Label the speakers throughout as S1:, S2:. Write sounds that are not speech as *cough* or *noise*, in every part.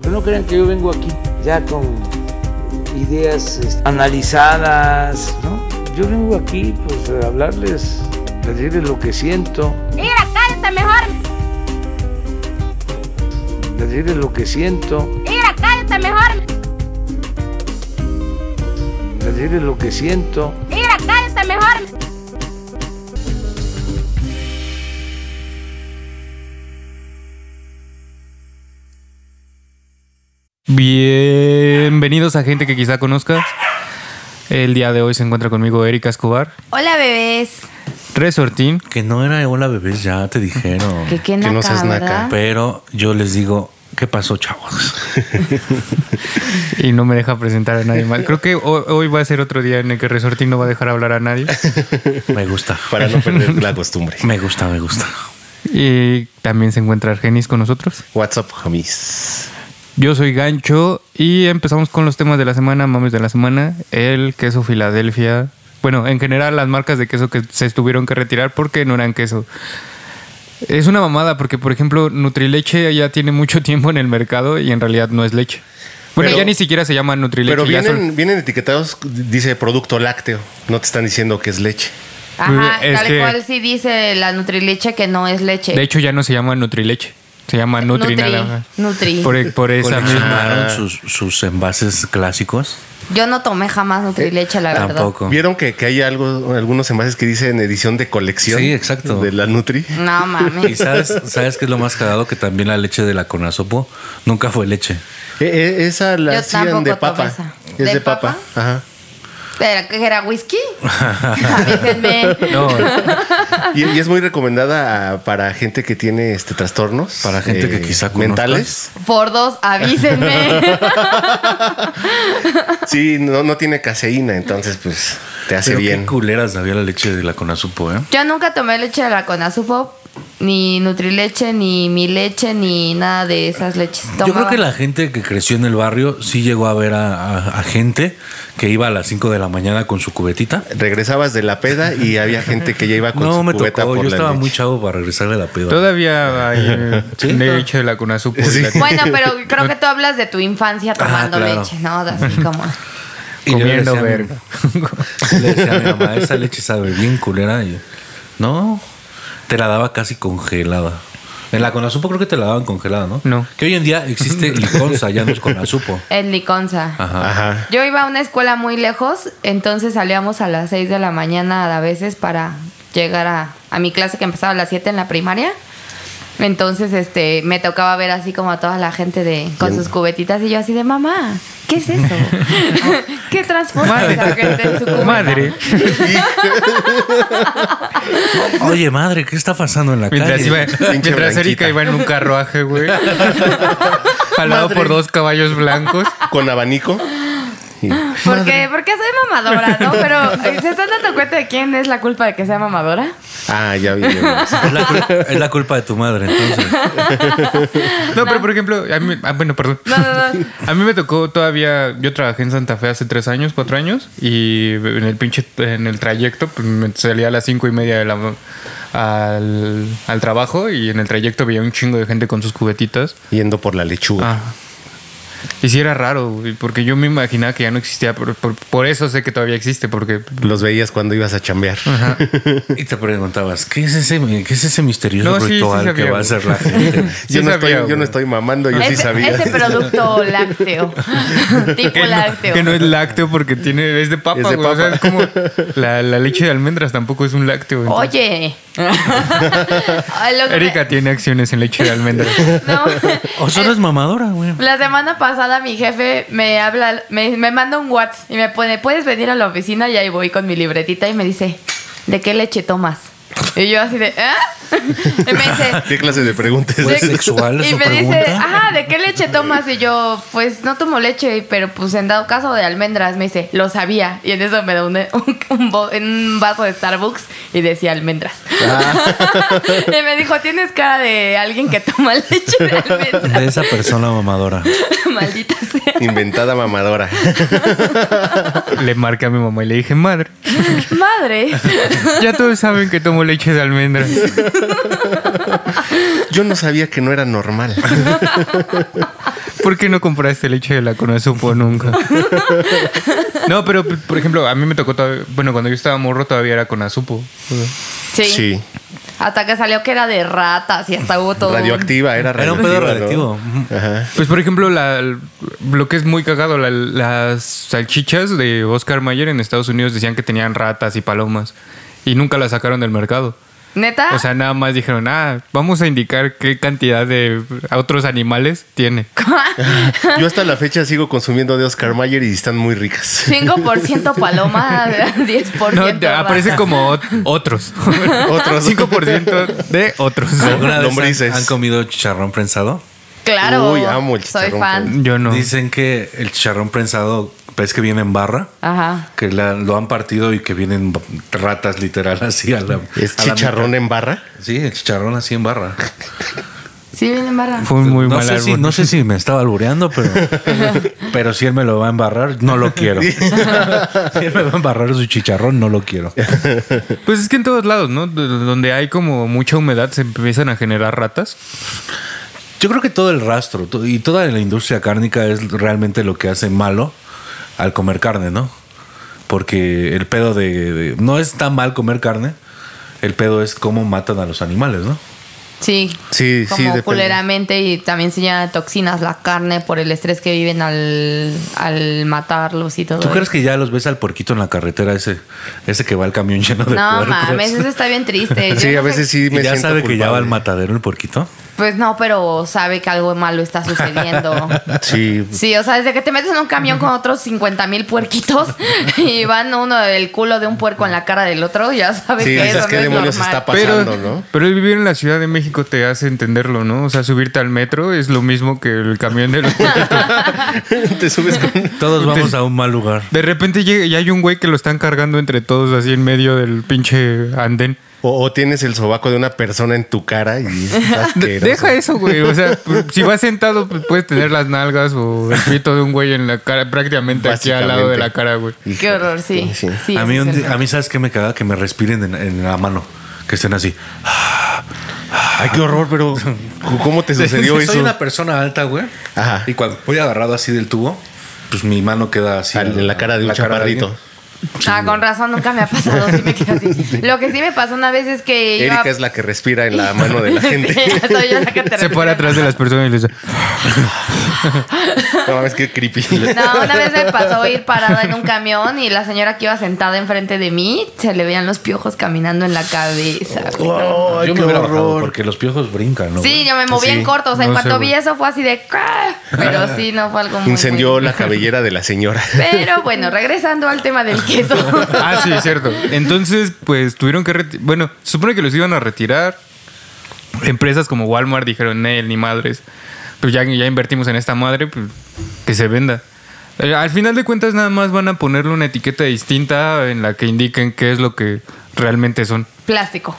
S1: Pero no crean que yo vengo aquí ya con ideas este, analizadas, ¿no? Yo vengo aquí pues a hablarles, a decirles lo que siento,
S2: Mira, cállate mejor.
S1: a decirles lo que siento,
S2: Mira, cállate mejor.
S1: a decirles lo que siento.
S2: Mira, cállate mejor.
S3: Bienvenidos a gente que quizá conozcas. El día de hoy se encuentra conmigo Erika Escobar,
S4: Hola bebés.
S3: Resortín.
S5: Que no era hola bebés, ya te dijeron.
S4: Que qué
S6: Que
S4: naca,
S6: no seas naca.
S4: ¿verdad?
S5: Pero yo les digo, ¿qué pasó, chavos?
S3: Y no me deja presentar a nadie más. Creo que ho- hoy va a ser otro día en el que Resortín no va a dejar hablar a
S6: *laughs*
S3: nadie.
S5: Me gusta.
S6: Para no perder la costumbre.
S5: Me gusta, me gusta.
S3: Ah. Y también se encuentra Argenis con nosotros.
S6: What's up, homies?
S3: Yo soy Gancho y empezamos con los temas de la semana, mames de la semana. El queso Filadelfia. Bueno, en general las marcas de queso que se tuvieron que retirar porque no eran queso. Es una mamada porque, por ejemplo, Nutrileche ya tiene mucho *laughs* tiempo en el mercado y en realidad no es leche. Bueno,
S6: Pero-
S3: ya ni siquiera se llama Nutrileche.
S6: Pero
S3: ya son-
S6: vienen, vienen etiquetados, dice producto lácteo. No te están diciendo que es leche.
S4: Ajá,
S3: Pues, Es
S4: tal
S3: que-
S4: cual sí dice la Nutrileche que no es leche.
S3: De hecho, ya no se llama Nutrileche. Se llama Nutri,
S4: Nutri,
S3: nada más.
S4: Nutri.
S3: Por, e- por esa misma.
S5: Coleccionaron sus, sus envases clásicos.
S4: Yo no tomé jamás Nutrileche, la verdad.
S5: Tampoco.
S6: ¿Vieron que, que hay algo, algunos envases que dicen edición de colección?
S5: Sí, exacto.
S6: De la Nutri.
S4: No
S3: *laughs*
S5: Y
S4: mames.
S5: sabes, sabes que es lo más cagado que también la leche de la Conasopo nunca fue leche.
S6: E- e- esa la
S4: Yo
S6: hacían
S4: tampoco
S6: de
S4: tomo
S6: papa.
S4: esa.
S6: Es
S4: ¿De
S6: de papa. Ajá.
S4: ¿Era que
S3: *laughs*
S4: era whisky? Avísenme.
S3: No,
S6: Y, y es muy recomendada a- para gente que tiene este trastornos. eh,
S5: Para gente que quizá conozcas.
S6: mentales.
S4: Fordos, avísenme. *laughs*
S6: Sí, no, no tiene caseína, entonces pues te hace
S5: Pero
S6: bien.
S5: qué culeras había la leche de la Conasopo, ¿eh?
S4: Yo nunca tomé leche de la Conazupo, ni Nutrileche, ni mi leche, ni nada de esas leches.
S5: Yo creo
S4: Tomaba-
S5: que la gente que creció en el barrio sí llegó a ver a, a- a gente que iba a las 5 de la mañana con su cubetita.
S6: Regresabas de la peda y había gente que ya iba con
S5: no
S6: su
S5: me
S6: cubeta
S5: tocó,
S6: por
S5: yo
S6: la
S5: estaba
S6: leche.
S5: muy chavo para regresar de la peda.
S3: todavía
S5: *laughs*
S3: hay leche de la Conazupo.
S6: Sí.
S4: Bueno, pero creo que tú hablas de tu infancia tomando
S5: claro.
S4: leche, ¿no? Así
S3: *laughs*
S4: como.
S5: Y yo le
S3: Comiendo
S5: decía a mi-
S3: verga.
S5: Le decía a mi mamá, esa leche sabe bien culera. Y yo, no, te la daba casi congelada. En la Conazupo creo que te la daban congelada, ¿no?
S3: No.
S5: Que hoy en día existe liconza, ya no es Conazupo.
S4: En Liconza.
S5: Ajá.
S3: Ah.
S6: Ajá.
S4: Yo iba a una escuela muy lejos, entonces salíamos a las 6 de la mañana a veces para llegar a, a mi clase que empezaba a las 7 en la primaria. Entonces, este, me tocaba ver así como a toda la gente de con sus cubetitas y yo así de mamá, ¿qué
S3: *laughs*
S4: es eso? ¿Qué transforma
S3: Madre.
S4: esa gente en su cubeta?
S3: Madre.
S5: Oye, madre, ¿qué está pasando en la
S3: Mientras,
S5: calle?
S3: iba,
S6: Pinche
S3: mientras
S6: blanquita.
S3: Erika iba en un carruaje, güey. Jalado
S6: Madre.
S3: por dos caballos blancos.
S6: Con abanico. Y-
S4: Porque, porque soy mamadora, ¿no? Pero
S3: *laughs*
S4: eh, ¿se están dando cuenta de quién es la culpa de que sea mamadora?
S6: Ah, ya vi. ya vi.
S5: Es la, cul- es la culpa de tu madre, entonces.
S3: No, pero por ejemplo, a mí, ah, bueno, perdón.
S4: No, no, no.
S3: A mí me tocó todavía, yo trabajé en Santa Fe hace tres años, cuatro años, y en el pinche, en el trayecto, pues me salía a las cinco y media de la, al, al trabajo y en el trayecto veía un chingo de gente con sus cubetitas.
S5: *laughs*
S6: Yendo por la lechuga.
S3: Ah. Y sí era raro, güey, porque yo me imaginaba que ya no existía, por, por- por eso sé que todavía existe, porque
S6: Los veías cuando ibas a chambear. *laughs*
S5: Y te preguntabas, ¿qué es ese, qué es ese misterioso
S3: No, sí, sí
S5: ritual
S3: sabía,
S5: que va
S3: güey.
S5: a hacer la
S3: *laughs*
S5: gente?
S3: Sí
S6: yo, no
S3: sabía,
S6: estoy, yo
S3: güey.
S6: no estoy mamando,
S3: Pues
S6: yo sí
S4: Ese,
S6: sabía.
S4: ese
S6: *laughs*
S3: *laughs*
S4: producto lácteo. tipo lácteo.
S3: Que no es lácteo porque tiene, es de papa,
S6: Es de
S3: güey. O sea,
S6: papa.
S3: es como
S6: *laughs*
S3: la, la leche de almendras tampoco es un lácteo. entonces.
S4: Oye. Ay, lo que me-
S3: Erika tiene acciones en leche de almendras.
S4: No. *laughs*
S5: O solo es mamadora, güey.
S4: La semana pasada mi jefe me habla, me, me manda un WhatsApp y me pone, puedes venir a la oficina y ahí voy con mi libretita y me dice, ¿de qué leche tomas? Y yo así de, ¿ah? *laughs* Y me dice,
S6: ¿Qué clase de preguntas?
S5: ¿Fue sexual
S4: Pues y
S5: su
S4: me dice,
S5: pregunta?
S4: ajá, ¿de qué leche tomas? Y yo, pues no tomo leche, pero pues en dado caso de almendras, me dice, lo sabía. Y en eso me da un, un- un bo- un vaso de Starbucks y decía almendras.
S3: Ah.
S4: *laughs* y me dijo, tienes cara de alguien que toma leche de
S3: *laughs*
S4: almendras.
S5: De esa persona mamadora.
S4: Maldita sea.
S6: Inventada
S4: *laughs*
S6: mamadora.
S3: Le marqué a mi mamá y le dije, madre,
S4: Madre.
S3: ya todos saben que tomo leche de almendras.
S6: Yo no sabía que no era normal.
S3: ¿Por qué no compraste leche de la Conazupo nunca? No, pero p- por ejemplo, a mí me tocó todavía. Bueno, cuando yo estaba morro todavía era Conazupo.
S4: Sí. Hasta que salió que era de ratas y hasta hubo todo. un-
S6: Radioactiva, era
S5: Era un
S6: radioactiva.
S5: pedo
S6: ¿no?
S5: radioactivo.
S4: *laughs*
S6: Ajá.
S3: Pues por ejemplo, la, lo que es muy cagado, la- las salchichas de Oscar Mayer en Estados Unidos decían que tenían ratas y palomas y nunca las sacaron del mercado.
S4: Neta.
S3: O sea, nada más dijeron, ah, vamos a indicar qué cantidad de otros animales tiene. *laughs*
S6: Yo hasta la fecha sigo consumiendo de Oscar Mayer y están muy ricas.
S4: 5% paloma, *laughs* 10%
S3: No, te-
S4: rata.
S3: aparece como ot-
S5: *laughs*
S3: otros. *laughs*
S6: Otros.
S3: 5% de otros.
S5: ¿Alguna vez
S6: Lombrices.
S5: han, han comido chicharrón prensado?
S4: Claro.
S6: Uy, amo el
S4: Soy
S6: chicharrón
S4: fan.
S3: Yo no.
S5: Dicen que el chicharrón prensado es que viene en barra.
S4: Ajá.
S5: Que la- lo han partido y que vienen b- ratas literal así a la.
S6: ¿Es
S5: a la
S6: chicharrón eh. en barra?
S5: mitad. Sí, el chicharrón así en barra.
S4: Sí, viene en barra.
S3: Fue un muy
S5: no,
S3: mal
S5: sé si,
S3: árbol.
S5: no sé si me estaba albureando,
S3: *laughs*
S5: pero, pero si él me lo va a embarrar, no lo quiero. si él me va a embarrar su chicharrón, no lo quiero.
S3: Pues es que en todos lados, ¿no? D- Donde hay como mucha humedad se empiezan a generar ratas.
S5: Yo creo que todo el rastro to- y toda la industria cárnica es realmente lo que hace malo al comer carne, ¿no? Porque el pedo de, de- No es tan mal comer carne, el pedo es cómo matan a los animales, ¿no?
S4: Sí.
S6: Sí, sí,
S4: Como
S6: depende.
S4: culeramente y también se llena de toxinas la carne por el estrés que viven al, al matarlos y todo.
S5: ¿Tú
S4: eso.
S5: crees que ya los ves al porquito en la carretera ese, ese que va el camión lleno de
S4: No
S5: puercos?
S4: mames, eso está bien
S5: *laughs*
S6: *laughs*
S4: triste. Yo
S6: Sí,
S4: no
S6: a
S4: sé-
S6: veces sí
S5: ¿Y
S6: me
S5: ya
S6: siento
S5: sabe que ya va al
S6: culpable.
S5: matadero el porquito?
S4: Pues no, pero sabe que algo malo
S6: *laughs*
S4: está sucediendo.
S6: Sí.
S4: Sí, o sea, desde que te metes en un camión con otros 50
S6: *laughs*
S4: mil puerquitos y van uno del culo de un puerco en la cara del otro, ya sabes
S6: Sí,
S4: que
S6: dices,
S4: eso
S6: ¿qué
S4: no es
S6: demonios
S4: normal.
S6: está pasando,
S3: pero,
S6: no?
S3: pero el vivir en la Ciudad de México te hace entenderlo, ¿no? O sea, subirte al metro es lo mismo que el camión de los...
S6: *laughs* Te subes con...
S5: Todos vamos a un mal lugar.
S3: De repente llega y hay un güey que lo están cargando entre todos así en medio del pinche andén.
S6: O, o tienes el sobaco de una persona en tu cara y
S4: *laughs*
S6: es asqueroso.
S3: Deja eso, güey. O sea, *laughs* pues, si vas sentado, pues, puedes tener las nalgas o el pito de un güey en la cara, prácticamente aquí al lado de la cara, güey.
S6: Hijo.
S4: Qué horror, sí.
S6: Sí, sí.
S4: Sí,
S5: a, mí
S4: eso
S5: un
S4: es
S5: di-
S4: el-
S5: a mí, ¿sabes qué me caga? Que me respiren en, en la mano. Que estén así.
S6: Ay, qué horror, pero ¿cómo
S5: *laughs*
S6: te sucedió
S5: Soy
S6: eso?
S5: una persona alta, güey.
S6: Ajá.
S5: Y cuando voy agarrado así del tubo, pues mi mano queda así.
S6: Al- en la cara de un
S5: cara de
S6: chaparrito.
S5: alguien.
S4: Ah, con razón, nunca me ha pasado. sí me quedo así. Lo que sí me pasó una vez es que iba-
S6: Erika es la que respira en la
S5: *laughs*
S6: mano de la
S4: *laughs*
S6: gente.
S4: Sí, soy yo la que te
S3: *laughs* Se para
S4: refieres.
S3: atrás de las personas y les dice...
S6: No mames, qué
S5: *laughs*
S6: creepy.
S4: No, una vez me pasó ir parada en un camión y la señora que iba sentada enfrente de mí se le veían los piojos caminando en la cabeza. güey.
S6: Ay,
S5: Yo
S6: qué
S5: me hubiera bajado
S6: horror.
S5: porque los piojos brincan, ¿no?
S4: Sí,
S5: güey?
S4: yo me moví en
S6: Sí,
S4: corto. O sea, en
S3: no
S4: cuanto
S3: sé,
S4: vi
S3: güey.
S4: eso fue así de. "Ah", Pero sí, no fue algo muy.
S6: Incendió
S4: muy-
S6: la cabellera de la señora.
S4: Pero bueno, regresando al tema del queso.
S3: Ah, sí, cierto. Entonces, pues tuvieron que. reti- Bueno, se supone que los iban a retirar. Empresas como Walmart dijeron, "Nel, ni madres. Pues ya, ya invertimos en esta madre, pues que se venda. Eh, Al final de cuentas, nada más van a ponerle una etiqueta distinta en la que indiquen qué es lo que realmente son.
S4: Plástico.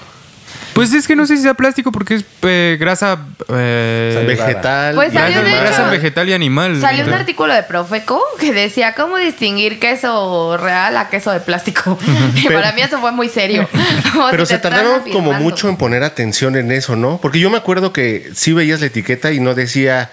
S3: Pues es que no sé si sea plástico porque es eh, grasa. eh,
S6: Vegetal.
S4: Pues
S6: y
S4: salió
S3: grasa,
S4: de
S6: animal.
S3: grasa
S4: hecho-
S3: vegetal y animal.
S4: Salió un
S3: Entonces-
S4: artículo de Profeco que decía cómo distinguir queso real a queso de plástico. *laughs* Y para mí eso fue muy serio. Como
S6: *laughs* Pero se
S4: si te están
S6: tardaron
S4: afirmando.
S6: como mucho en poner atención en eso, ¿no? Porque yo me acuerdo que sí veías la etiqueta y no decía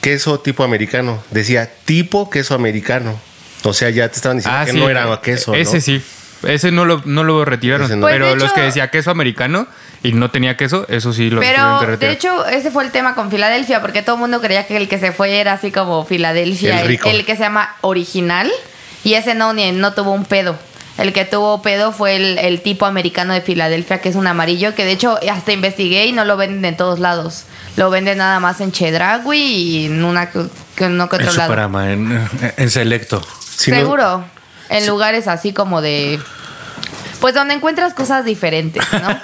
S6: queso tipo americano, decía tipo queso americano. O sea, ya te estaban diciendo que
S3: Ah, sí.
S6: no era queso. ¿no?
S3: Ese sí. Ese no lo, no lo retiraron.
S6: Ese no. Pues,
S4: de
S3: pero los
S4: hecho-
S3: que decía queso americano y no tenía queso, eso sí lo tuvieron que
S4: Pero de
S3: retirar.
S4: hecho, ese fue el tema con Filadelfia, porque todo el mundo creía que el que se fue era así como Filadelfia,
S6: El
S4: el,
S6: rico.
S4: el que se llama original, y ese no, ni, no tuvo un pedo. El que tuvo pedo fue el, el tipo americano de Filadelfia, que es un amarillo, que de hecho hasta investigué y no lo venden en todos lados. Lo venden nada más en Chedragui y en una que, que no que
S5: En
S4: otro lado.
S5: Superama, en, en Selecto.
S6: Si no-
S4: Seguro. En lugares así como de. Pues donde encuentras cosas diferentes,
S6: *laughs*
S4: ¿no?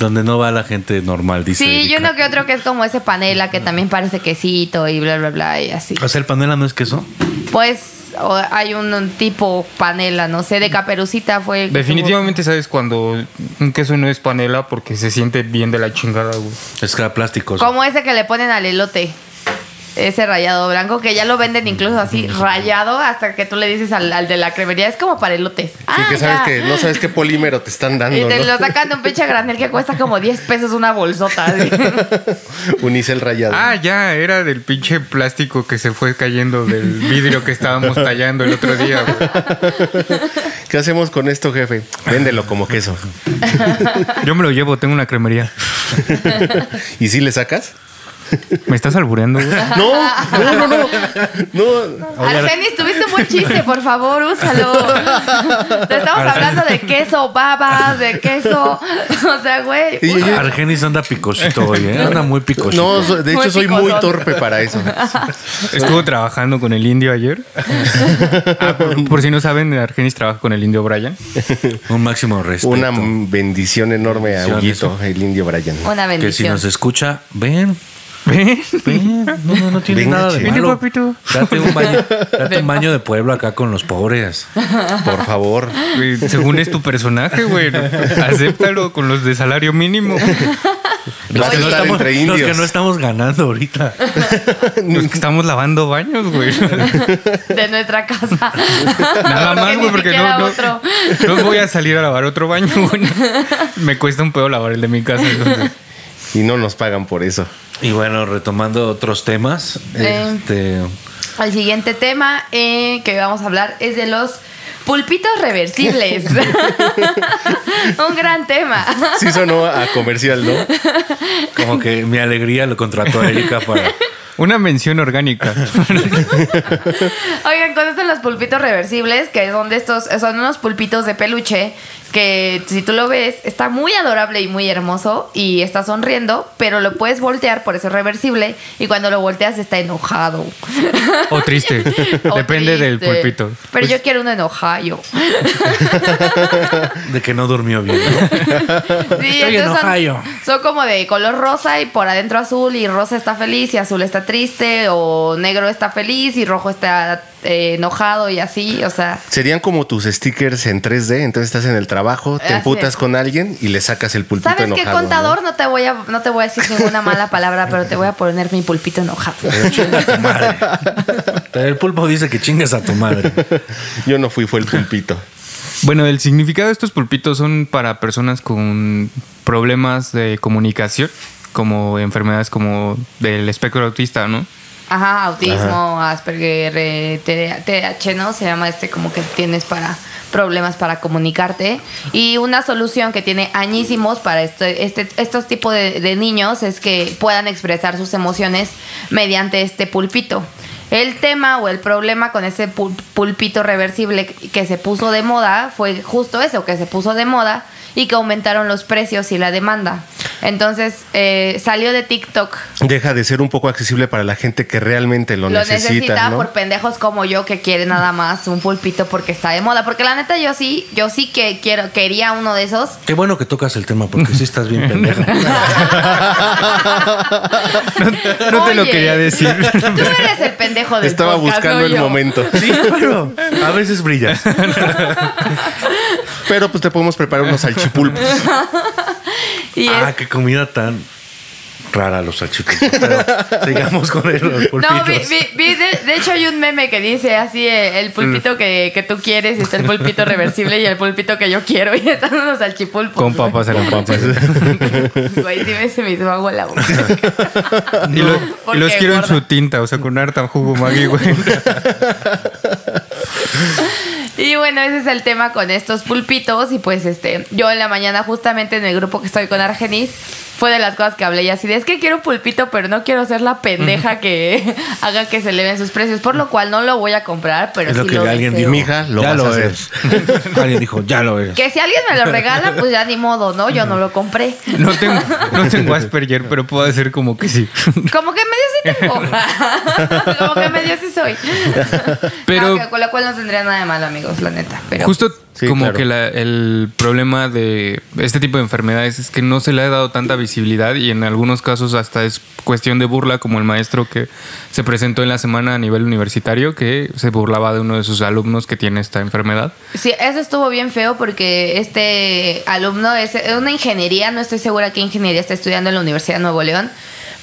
S5: Donde no va la gente normal, dice.
S4: Sí, yo
S5: Erika.
S4: uno que otro que es como ese panela que también parece quesito y bla, bla, bla, y así.
S6: Ah.
S5: O sea, el panela no es queso.
S4: Pues o- hay un, un tipo panela, no sé, de caperucita fue. el que
S3: Definitivamente sabes cuando un queso no es panela porque se siente bien de la chingada, güey.
S5: Es que era plástico.
S4: tuvo- Como ese que le ponen al elote. ese rayado blanco que ya lo venden incluso así
S6: Mm.
S4: rayado hasta que tú le dices al, al de la cremería es como para elotes.
S6: Sí,
S4: Ah,
S6: que sabes
S4: ya.
S6: que no sabes qué polímero te están dando,
S4: *laughs* Y te
S6: ¿no?
S4: lo sacan de un pinche granel que cuesta como 10 pesos una
S6: *laughs*
S4: bolsota. así.
S6: Unicel rayado.
S3: Ah, ya, era del pinche plástico que se fue cayendo
S4: *laughs*
S3: del vidrio que estábamos tallando el otro día, güey.
S6: ¿Qué hacemos con esto, jefe? Véndelo como queso.
S3: Yo me lo llevo, tengo una cremería.
S6: ¿Y si le sacas?
S3: ¿Me estás albureando,
S4: *laughs*
S3: güey?
S6: No, no, no, no. No,
S4: Argenis, tuviste un buen chiste, por favor,
S3: *laughs*
S4: úsalo. Te estamos hablando de queso, babas, de queso. *laughs* O sea, güey.
S6: Y- y-
S5: Argenis anda picosito hoy, ¿eh? Anda muy picosito.
S6: no, so- de
S4: Muy
S6: hecho soy muy
S4: picosón.
S6: torpe para eso.
S3: Estuvo trabajando con el indio
S4: *laughs*
S3: ayer. Ah, por, por si no saben, Argenis trabaja con el indio Brian.
S5: Un máximo respeto.
S6: Una bendición enorme a
S5: Bendiciones.
S6: Huguito, el indio Brian.
S4: Una
S5: que si
S4: bendición.
S5: nos escucha, ven,
S4: ¿Eh?
S3: ¿Ven?
S5: ven. No, no, no tiene
S6: Venga,
S5: nada de
S6: chico.
S5: malo.
S3: Vente, papito.
S5: Date un baño, date un baño de pueblo acá con los pobres.
S6: Por favor.
S3: Güey, Eh, Según es tu personaje, güey. Acéptalo con los de salario mínimo.
S6: Vas
S5: que
S6: a
S5: no
S6: estar
S5: estamos-
S6: entre
S5: los que
S6: indios.
S5: no estamos ganando ahorita.
S3: Los que estamos lavando baños,
S4: *laughs*
S3: güey.
S4: de nuestra casa.
S3: *laughs* Nada más, güey, porque no, no,
S4: Otro.
S3: no voy a salir a lavar otro baño, güey. Me cuesta un pedo lavar el de mi casa. entonces.
S6: Y no nos pagan por eso.
S5: Y bueno, retomando otros temas,
S4: Eh.
S5: este,
S4: El siguiente tema eh, que vamos a hablar es de los pulpitos
S3: *laughs*
S4: reversibles. *laughs* Un gran tema.
S6: Sí sonó a comercial, ¿no?
S5: como que mi alegría lo contrató a Erika para.
S3: Una mención orgánica.
S4: Oigan, ¿cuáles son los pulpitos reversibles? Que son de estos, son unos pulpitos de peluche que si tú lo ves está muy adorable y muy hermoso y está sonriendo, pero lo puedes voltear, por eso es reversible, y cuando lo volteas está enojado.
S3: O triste.
S4: *laughs*
S3: *laughs*
S4: O
S3: Depende del
S4: triste.
S3: pulpito. Pues
S4: Pero yo quiero uno
S3: *laughs*
S4: en Ohio.
S5: de que no durmió bien. ¿no?
S4: Sí,
S5: Estoy en
S4: entonces son-
S5: Ohio.
S4: Son, como de color rosa y por adentro azul y rosa está feliz y azul está triste o negro está feliz y rojo está eh, enojado y así, o sea,
S6: Serían como tus stickers en 3D, entonces estás en el trabajo, te
S4: Así
S6: emputas
S4: es.
S6: con alguien y le sacas el pulpito
S4: ¿Sabes
S6: enojado.
S4: qué,
S6: ¿no?
S4: contador? ¿no? te voy a no te voy a decir ninguna mala palabra, pero te voy a poner mi pulpito enojado.
S5: Chinga tu madre. El pulpo dice que chingas a tu madre.
S6: *laughs* Yo no fui, fue el pulpito.
S3: Bueno, el significado de estos pulpitos son para personas con problemas de comunicación, como enfermedades como del espectro autista, ¿no?
S4: Ajá, autismo, Asperger, eh, TDA TDAH, ¿no? Se llama este como que tienes para problemas para comunicarte. Y una solución que tiene añísimos para este, este, estos tipos de, de niños es que puedan expresar sus emociones mediante este pulpito. El tema o el problema con ese pul- pulpito reversible que se puso de moda fue justo eso, que se puso de moda y que aumentaron los precios y la demanda. Entonces eh, salió de TikTok
S6: Deja de ser un poco accesible para la gente que realmente lo,
S4: lo
S6: necesita,
S4: necesita,
S6: ¿no?
S4: por pendejos como yo que quiere nada más un pulpito porque está de moda. Porque la neta yo sí, yo sí que quiero, quería uno de esos.
S5: Qué bueno que tocas el tema porque sí estás bien
S4: *laughs*
S5: pendeja.
S3: No te lo
S4: Oye,
S3: quería decir.
S4: *laughs* Tú eres el pendejo del
S6: Estaba
S4: podcast,
S6: buscando
S4: no
S6: el
S4: yo.
S6: momento.
S5: Sí, pero a veces brillas.
S6: Pero pues te podemos preparar unos
S4: *laughs*
S6: salchipulpos.
S4: Y es-
S5: Ah, qué comida tan rara los salchipulpos. Pero sigamos con el- los pulpitos.
S4: no, vi, vi- vi- de, de hecho hay un meme que dice así eh, el pulpito que, que tú quieres y está el pulpito reversible y el pulpito que yo quiero *laughs* y están unos salchipulpos.
S3: Con papas a la papas.
S4: Güey, sí me se me hizo agua la boca.
S3: Y, lo-
S4: ¿Por
S3: y los
S4: qué,
S3: quiero
S4: gorda?
S3: en su tinta, o sea, con harta jugo Maggi, güey.
S4: Y bueno, ese es el tema con estos pulpitos. Y pues este, yo en la mañana, justamente en el grupo que estoy con Argenis, fue de las cosas que hablé y así de es que quiero un pulpito, pero no quiero ser la pendeja que *laughs* haga que se eleven sus precios, por lo cual no lo voy a comprar, pero
S5: es lo
S4: sí
S5: que
S4: lo
S5: alguien dijo.
S4: deseo.
S6: Mija, lo
S5: ya
S6: vas
S5: lo
S6: a hacer".
S5: eres. *laughs* alguien dijo, ya lo eres.
S4: Que si alguien me lo regala, pues ya ni modo, ¿no? Yo no
S5: *laughs*
S4: lo compré.
S3: No tengo, no tengo Asperger, pero puedo hacer como que sí.
S4: Como que medio
S5: *laughs*
S4: sí tengo. Como que medio sí soy.
S3: Pero-
S4: No, que- con lo cual no tendría nada de malo, amigos, la neta. Pero
S3: Justo
S6: Sí,
S3: como
S6: claro.
S3: que la- el problema de este tipo de enfermedades es que no se le ha dado tanta visibilidad y en algunos casos hasta es cuestión de burla, como el maestro que se presentó en la semana a nivel universitario que se burlaba de uno de sus alumnos que tiene esta enfermedad.
S4: Sí, eso estuvo bien feo porque este alumno es es una ingeniería, no estoy segura qué ingeniería está estudiando en la Universidad de Nuevo León,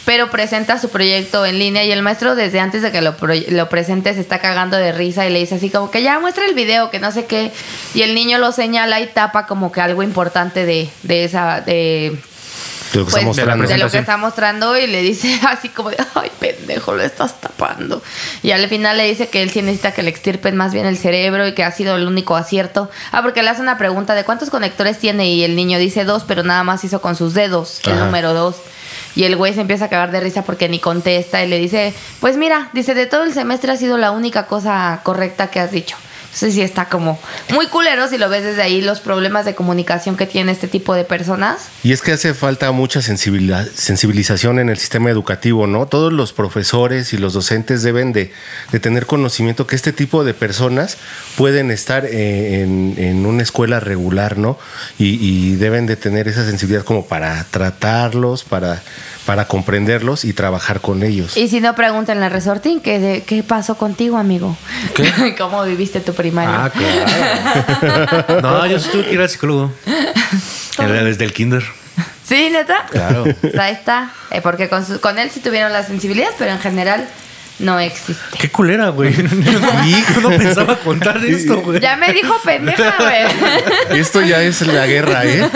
S4: pero presenta su proyecto en línea y el maestro desde antes de que lo, pro- lo presente se está cagando de risa y le dice así como que ya muestra el video, que no sé qué, y el niño lo señala y tapa como que algo importante de, de esa... De,
S6: De lo que
S4: pues,
S6: está
S3: de la
S6: mostrando.
S4: de lo que
S3: presentación.
S4: está mostrando y le dice *laughs* así como de, ay, pendejo, lo estás tapando. Y al final le dice que él sí necesita que le extirpen más bien el cerebro y que ha sido el único acierto. Ah, porque le hace una pregunta de cuántos conectores tiene y el niño dice dos, pero nada más hizo con sus dedos el
S6: Ajá.
S4: número dos. Y el güey se empieza a cagar de risa porque ni contesta y le dice, pues mira, dice, de todo el semestre ha sido la única cosa correcta que has dicho. Entonces sí está como muy culero si lo ves desde ahí los problemas de comunicación que tiene este tipo de personas.
S6: Y es que hace falta mucha sensibilidad- sensibilización en el sistema educativo, ¿no? Todos los profesores y los docentes deben de, de tener conocimiento que este tipo de personas pueden estar eh, en, en una escuela regular, ¿no? Y, y deben de tener esa sensibilidad como para tratarlos, para, para comprenderlos y trabajar con ellos.
S4: Y si no, pregúntenle a Resortín ¿qué, de- qué pasó contigo, amigo. *laughs* ¿Cómo viviste tu primaria?
S5: Ah, claro. no, yo sí tuve que ir al
S4: *laughs*
S5: psicólogo. Era Desde el kinder.
S4: ¿Sí, neta?
S5: Claro.
S4: Pues ahí está. Eh, porque con, su- con él sí tuvieron la sensibilidad, pero en general no existe.
S5: Qué culera, güey. *laughs* Hijo, *laughs* no pensaba contar esto, güey.
S4: Ya me dijo pendeja,
S6: *laughs*
S4: güey.
S6: Esto ya es la guerra, ¿eh?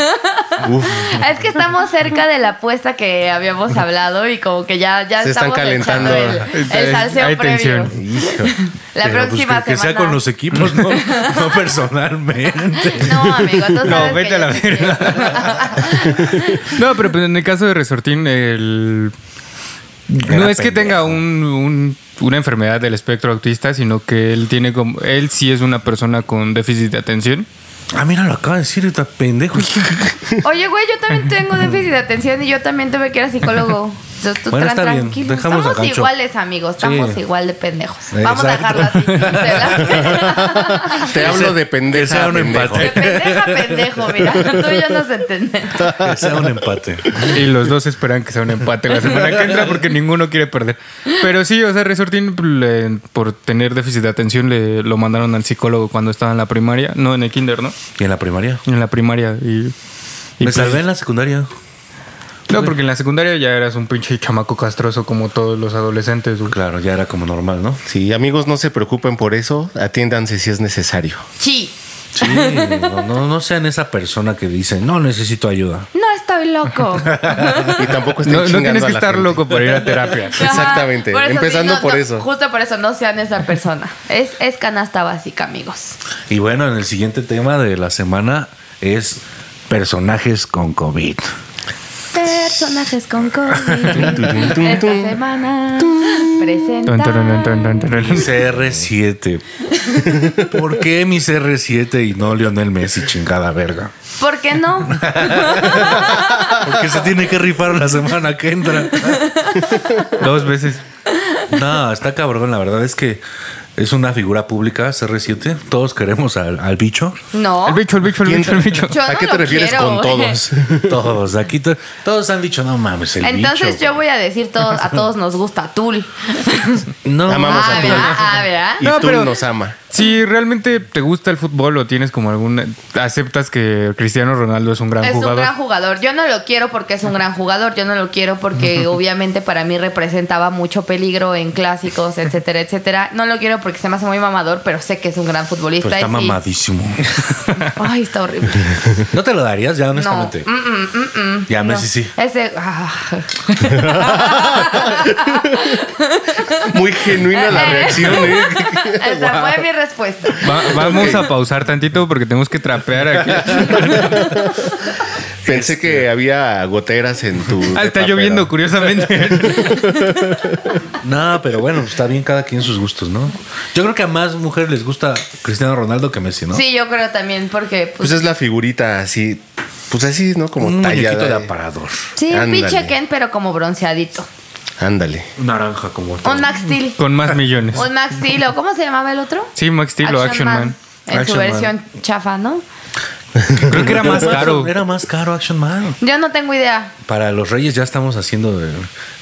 S6: Uf,
S4: Es que estamos cerca de la apuesta que habíamos hablado y como que ya, ya
S6: Se están
S4: estamos
S6: calentando.
S4: echando el, el
S3: Hay-
S4: salseo
S3: hay
S4: previo.
S3: tensión.
S6: hijo.
S4: La
S5: Pero, pues,
S4: próxima
S5: que, que sea
S4: semana.
S5: con los equipos,
S4: *laughs*
S5: no, no personalmente.
S4: No, amigo, tú sabes que
S3: vete
S4: yo
S3: a la
S4: sí creo.
S3: No, pero pues, en el caso de Resortín, el... No
S5: Era
S3: es que tenga un- un- una enfermedad del espectro autista, sino que él tiene como... Él sí es una persona con déficit de atención.
S5: Ah, mira, lo acaba de decir, está pendejo.
S4: Oye, güey, yo
S5: *laughs*
S4: también tengo déficit de atención y yo también tuve que ir a psicólogo. Tú- tú
S5: Bueno,
S4: tran-
S5: está bien.
S4: tranquilo.
S5: Dejamos a
S4: Estamos
S5: Gancho.
S4: iguales, amigos. Estamos
S5: Sí.
S4: igual de pendejos. Vamos a
S5: Exacto.
S4: dejarlo
S5: *laughs*
S4: así. De, la-
S6: Te hablo de
S5: Que
S6: pendeja.
S5: sea un
S6: pendejo.
S4: de
S5: empate.
S4: pendejo a pendejo, mira. Tú y yo nos entendemos.
S5: Que sea un empate.
S3: Y los dos esperan que sea un empate la semana que entra porque ninguno quiere perder. Pero sí, o sea, Resortín, le- por tener déficit de atención, le, lo mandaron al psicólogo cuando estaba en la primaria. No, en el kinder, ¿no?
S5: ¿Y en la primaria?
S3: En la primaria. Y, y
S5: Me
S3: pues-
S5: salvé en la secundaria.
S3: No, porque en la secundaria ya eras un pinche chamaco castroso como todos los adolescentes. güey.
S5: Claro, ya era como normal, ¿no?
S6: Sí, amigos, no se preocupen por eso. Atiéndanse si es necesario.
S4: Sí.
S5: Sí, *laughs* no, no, no sean esa persona que dice, no necesito ayuda.
S4: No estoy
S5: *laughs*
S4: loco.
S6: Y tampoco estén
S3: No, no
S6: chingando
S3: tienes
S6: a
S3: que
S6: la
S3: estar
S6: gente.
S3: loco para ir a
S6: *laughs*
S3: terapia.
S6: Exactamente,
S4: sí,
S6: empezando
S4: no,
S6: por
S4: no,
S6: eso.
S4: Justo por eso, no sean esa persona. Es, es canasta básica, amigos.
S5: Y bueno, en el siguiente tema de la semana es personajes con COVID.
S4: Personajes con COVID. Esta semana
S3: Tun, tun, tun, tun,
S4: presenta.
S3: tun, tun, tun.
S5: Mis R7. ¿Por qué mis R7 y no Lionel Messi, chingada verga?
S4: ¿Por qué no?
S5: Porque se tiene que rifar la semana que entra.
S3: Dos veces.
S5: No, está cabrón. La verdad es que es una figura pública, CR7. Todos queremos al, al bicho.
S4: No.
S3: El bicho, el bicho, el bicho, el bicho.
S4: Yo
S6: ¿A
S4: no
S6: qué
S4: lo
S6: te refieres
S4: quiero, ¿eh?
S6: con
S4: güey.
S6: todos?
S5: Todos, aquí to- todos han dicho, no mames, el
S4: Entonces
S5: bicho.
S4: yo voy a decir todos, a todos nos gusta
S5: *laughs*
S4: Tul.
S5: No,
S6: Amamos
S4: ah,
S6: a Tul.
S4: ¿verdad? Ah, ¿verdad?
S6: Y
S3: No,
S6: tú
S3: pero-
S6: nos ama.
S3: Si realmente te gusta el fútbol o tienes como alguna... Aceptas que Cristiano Ronaldo es un gran
S4: Es un
S3: jugador.
S4: gran jugador. Yo no lo quiero porque es un gran jugador. Yo no lo quiero
S5: *laughs*
S4: porque obviamente para mí representaba mucho peligro en clásicos, etcétera, *laughs* etcétera. No lo quiero porque se me hace muy mamador, pero sé que es un gran futbolista.
S5: Pero pues está
S4: y sí.
S5: mamadísimo.
S4: *laughs* Ay, está
S5: *laughs*
S4: horrible.
S5: ¿No te lo darías ya,
S4: No.
S5: honestamente?
S4: Mm, mm, mm, mm.
S5: Ya,
S4: No.
S5: Messi sí.
S4: Ese.
S5: *laughs*
S4: ah.
S6: Muy genuina
S4: *laughs*
S6: la reacción, ¿eh?
S5: *laughs*
S4: Esa fue mi respuesta.
S3: Va- vamos a pausar tantito porque tenemos que trapear
S6: *laughs*
S3: aquí.
S6: Pensé que había goteras en
S3: *laughs*
S6: tu.
S3: Ah, Este. está
S6: tapera.
S3: lloviendo,
S6: *laughs*
S3: curiosamente.
S5: No, pero bueno, pues, está bien cada quien sus gustos, ¿no? Yo creo que a más mujeres les gusta Cristiano Ronaldo que Messi, ¿no?
S4: Sí, yo creo también porque. pues,
S6: Pues es la figurita así. Pues así, ¿no? Como
S5: Un muñequito de
S6: tallada. ¿eh?
S5: aparador.
S4: Sí, un
S6: Ándale.
S4: pinche Ken, pero como bronceadito.
S6: Ándale.
S5: Naranja como
S4: Un Max Steel.
S3: Con más millones.
S4: Un Max Steel. ¿o ¿Cómo se llamaba el otro?
S3: Sí, Max Steel o Action Man.
S4: En
S5: Action
S4: su
S5: Man.
S4: versión chafa, ¿no?
S3: Creo que era más caro.
S5: Era más caro Action Man.
S4: Yo no tengo idea.
S5: Para los Reyes ya estamos haciendo de-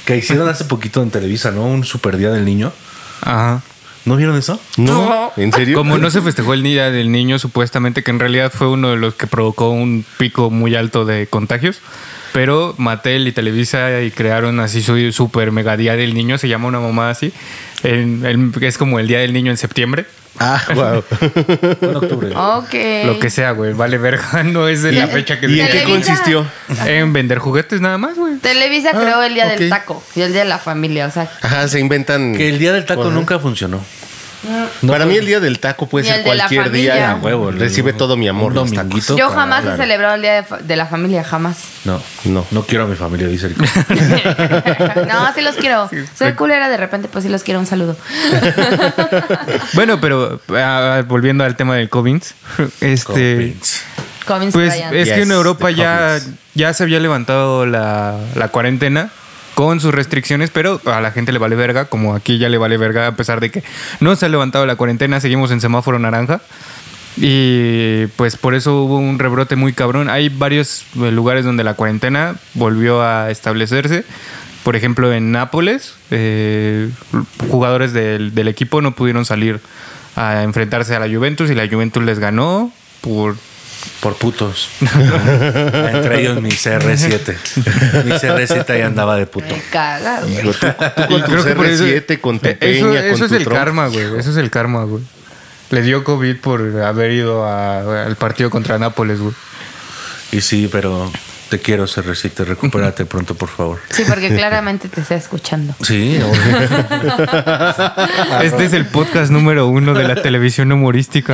S5: que hicieron hace poquito en Televisa, ¿no? Un super día del niño.
S3: Ajá.
S5: ¿No vieron eso?
S6: ¿No? ¿En serio?
S3: Como no se festejó el Día del Niño, supuestamente, que en realidad fue uno de los que provocó un pico muy alto de contagios. Pero Mattel y Televisa y crearon así su super mega día del niño, se llama una mamá así. En- en- es como el día del niño en septiembre. *laughs*
S6: Ah, wow.
S5: En octubre.
S4: Ok.
S3: Lo que sea, güey. Vale, verga, *laughs* no es de la fecha que
S6: ¿Y
S3: se
S6: en qué
S4: Televisa.
S6: consistió?
S3: En vender juguetes nada más, güey.
S4: Televisa creó el día
S6: ok.
S4: del taco y el día de la familia, o sea,
S6: Ajá, se inventan.
S5: Que el día del taco nunca funcionó.
S6: Para mí el
S3: pues,
S6: día del taco puede
S4: Y
S6: ser
S4: el de la
S6: cualquier día.
S4: familia.
S5: Ah, huevo, el-
S6: Recibe todo mi amor.
S5: un
S6: los
S5: dominguito.
S6: tacos.
S4: yo
S5: para-
S4: jamás
S5: claro.
S4: he celebrado el día de, fa- de la
S5: *laughs*
S4: familia, jamás.
S5: No,
S6: No.
S5: no quiero a mi familia, dice el
S4: no, sí los quiero. Soy culera de repente, pues sí los quiero. Un saludo.
S3: Bueno, pero ah, volviendo al tema del Covins, *laughs* este.
S5: Coppins.
S4: Comics
S3: Pues
S4: Bryant.
S3: es que
S6: Yes,
S3: en Europa
S6: the
S3: ya,
S6: Commons.
S3: ya se había levantado la, la cuarentena con sus restricciones, pero a la gente le vale verga, como aquí ya le vale verga, a pesar de que no se ha levantado la cuarentena, seguimos en semáforo naranja. Y pues por eso hubo un rebrote muy cabrón. Hay varios eh, lugares donde la cuarentena volvió a establecerse. Por ejemplo, en Nápoles, eh, jugadores del, del equipo no pudieron salir a enfrentarse a la Juventus y la Juventus les ganó por
S5: Por putos. Entre ellos mi CR7. Mi CR7 ahí andaba de puto.
S4: Me caga, güey.
S6: Pero tú,
S3: *laughs*
S6: tú
S3: Y
S6: con tu
S3: creo que por eso-
S6: CR7, con tu
S3: eh, eso,
S6: peña,
S3: eso
S6: con
S3: es
S6: tu
S3: el
S6: Trump.
S3: karma, güey. Eso es el karma, güey. Les dio COVID por haber ido a- al partido contra Nápoles, güey.
S5: Y sí, pero te quiero, CR7. Recupérate pronto, por favor.
S4: *laughs* Sí, porque claramente te está escuchando.
S5: Sí, obvio.
S4: Ah,
S3: Este es el podcast número uno de la televisión humorística.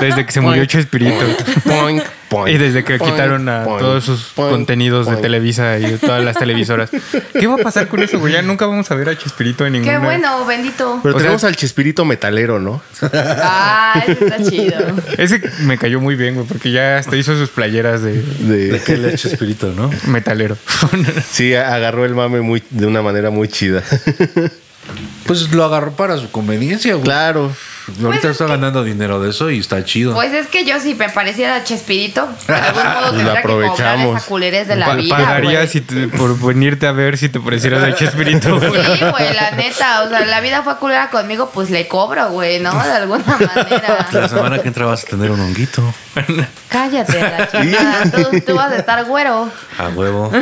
S3: Desde que se murió Chespirito.
S6: Poink, poink,
S3: Y desde que
S6: poink,
S3: quitaron a
S6: poink,
S3: todos sus
S6: poink,
S3: contenidos de
S6: poink.
S3: Televisa y de todas las televisoras. ¿Qué va a pasar con eso, güey? Ya nunca vamos a ver a Chespirito en ninguna.
S4: Qué
S3: *laughs*
S4: bueno, bendito.
S6: Pero
S3: O sea-
S6: tenemos al Chespirito metalero, ¿no?
S4: Ah, eso está chido.
S3: Ese me cayó muy bien, güey, porque ya hasta hizo sus playeras de *laughs*
S5: De
S6: De-
S5: que le eche espíritu, ¿no?
S3: metalero. *laughs*
S6: sí, a- agarró el mame muy, de una manera muy chida.
S5: Pues lo agarró para su conveniencia, güey.
S6: claro.
S5: Ahorita está ganando dinero de eso y está chido.
S4: Pues es que yo si me pareciera Chespirito,
S3: *laughs*
S4: de algún modo
S6: Lo
S4: tendría que cobrar
S6: aprovechamos.
S4: esa culerez de la
S3: Pa-
S4: vida. güey.
S3: pagarías si te- por venirte a ver si te parecieras
S4: *laughs*
S3: a Chespirito. güey.
S4: Sí, güey, la neta, o sea, la vida fue culera conmigo, pues le cobro, güey, ¿no? De alguna
S5: La
S3: *laughs*
S4: manera.
S5: semana que entra vas a tener un honguito.
S4: Cállate, la chingada, tú, tú vas a estar güero.
S5: A huevo.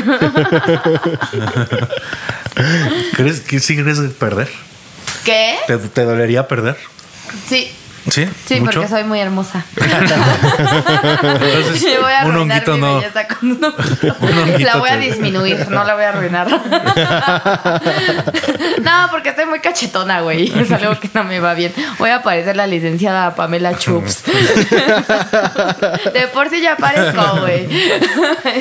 S5: *laughs* ¿Crees que sí crees perder?
S4: ¿Qué?
S5: ¿Te, te dolería perder?
S4: Sí,
S5: Sí.
S4: sí,
S5: ¿Mucho?
S4: porque soy muy
S5: *laughs*
S4: hermosa.
S5: Entonces,
S4: *laughs* Le voy a
S5: un
S4: arruinar
S5: honguito
S4: mi
S5: no.
S4: belleza con-
S5: *laughs* honguito
S4: La voy a
S5: te-
S4: disminuir, no la voy a arruinar. *laughs* no, porque estoy muy cachetona, güey. *laughs* Es algo que no me va bien. Voy a parecer la licenciada
S5: *laughs*
S4: Pamela Chups. De por sí ya
S5: *laughs*
S4: parezco, güey.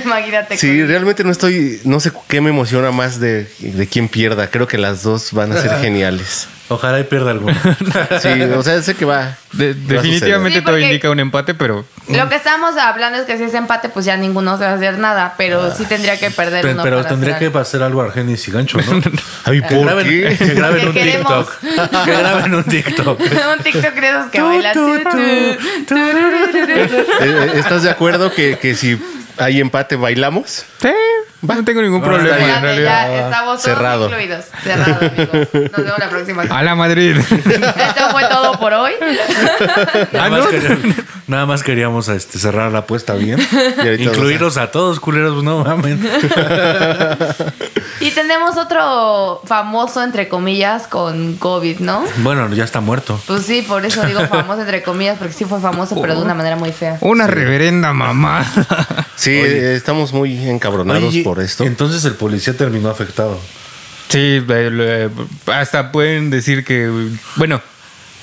S4: Imagínate.
S6: *laughs* Sí,
S4: con-
S6: realmente no estoy, no sé qué me emociona más de, de quién pierda. Creo que las dos van
S3: *laughs*
S6: a ser geniales.
S5: Ojalá y pierda
S4: *laughs*
S5: alguno.
S6: Sí, o sea, sé que va.
S3: De-
S6: va a suceder.
S3: definitivamente
S4: Sí,
S3: todo
S4: porque-
S3: indica un empate, pero
S4: Lo que estábamos hablando es que si es empate, pues ya ninguno se va a hacer nada. Pero sí tendría que perder
S5: Pe-
S4: uno.
S5: pero
S4: para
S5: tendría
S4: hacer
S5: que hacer algo a Argenis y Gancho,
S4: *laughs*
S5: ¿no?
S6: Ay,
S5: Que
S6: ¿por
S5: graben, *laughs*
S6: qué? *laughs*
S5: que graben
S4: Porque
S5: un
S4: queremos.
S5: TikTok. Que graben un TikTok.
S4: algo. *laughs* Un TikTok de esos *laughs* que bailan. Ah,
S6: Eh, ¿Estás de acuerdo que, que si hay empate bailamos?
S3: sí, no tengo ningún problema
S4: Espérate,
S3: en realidad. ah,
S4: ya estamos
S6: Cerrado.
S4: todos incluidos. Cerrado, amigos. Nos vemos la próxima.
S3: A la Madrid.
S4: *laughs* Esto fue todo por hoy.
S5: Nada,
S3: Ah,
S5: más
S3: ¿no?
S5: queríamos, nada más queríamos, este, cerrar la apuesta bien.
S6: Y ahorita nos-
S5: Incluirlos a todos, culeros, no mames.
S4: Y tenemos otro famoso, entre comillas, con COVID, ¿no?
S5: Bueno, ya está muerto.
S4: Pues sí, por eso digo famoso, entre comillas, porque sí fue famoso, pero de una manera muy fea.
S3: Una reverenda mamá.
S6: Sí, eh, estamos muy encabronados
S5: Oye,
S6: por esto.
S5: Entonces el policía terminó afectado.
S3: Sí, eh, lo, eh, hasta pueden decir que... Bueno,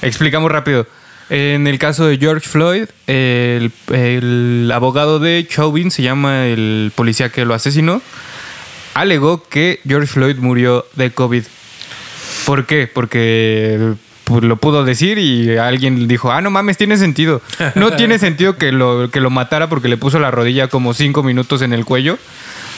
S3: explicamos rápido. En el caso de George Floyd, el, el abogado de Chauvin, se llama el policía que lo asesinó, alegó que George Floyd murió de COVID. ¿Por qué? Porque pues, lo pudo decir y alguien dijo, ah, no mames, tiene sentido. No tiene sentido que lo, que lo matara porque le puso la rodilla como cinco minutos en el cuello.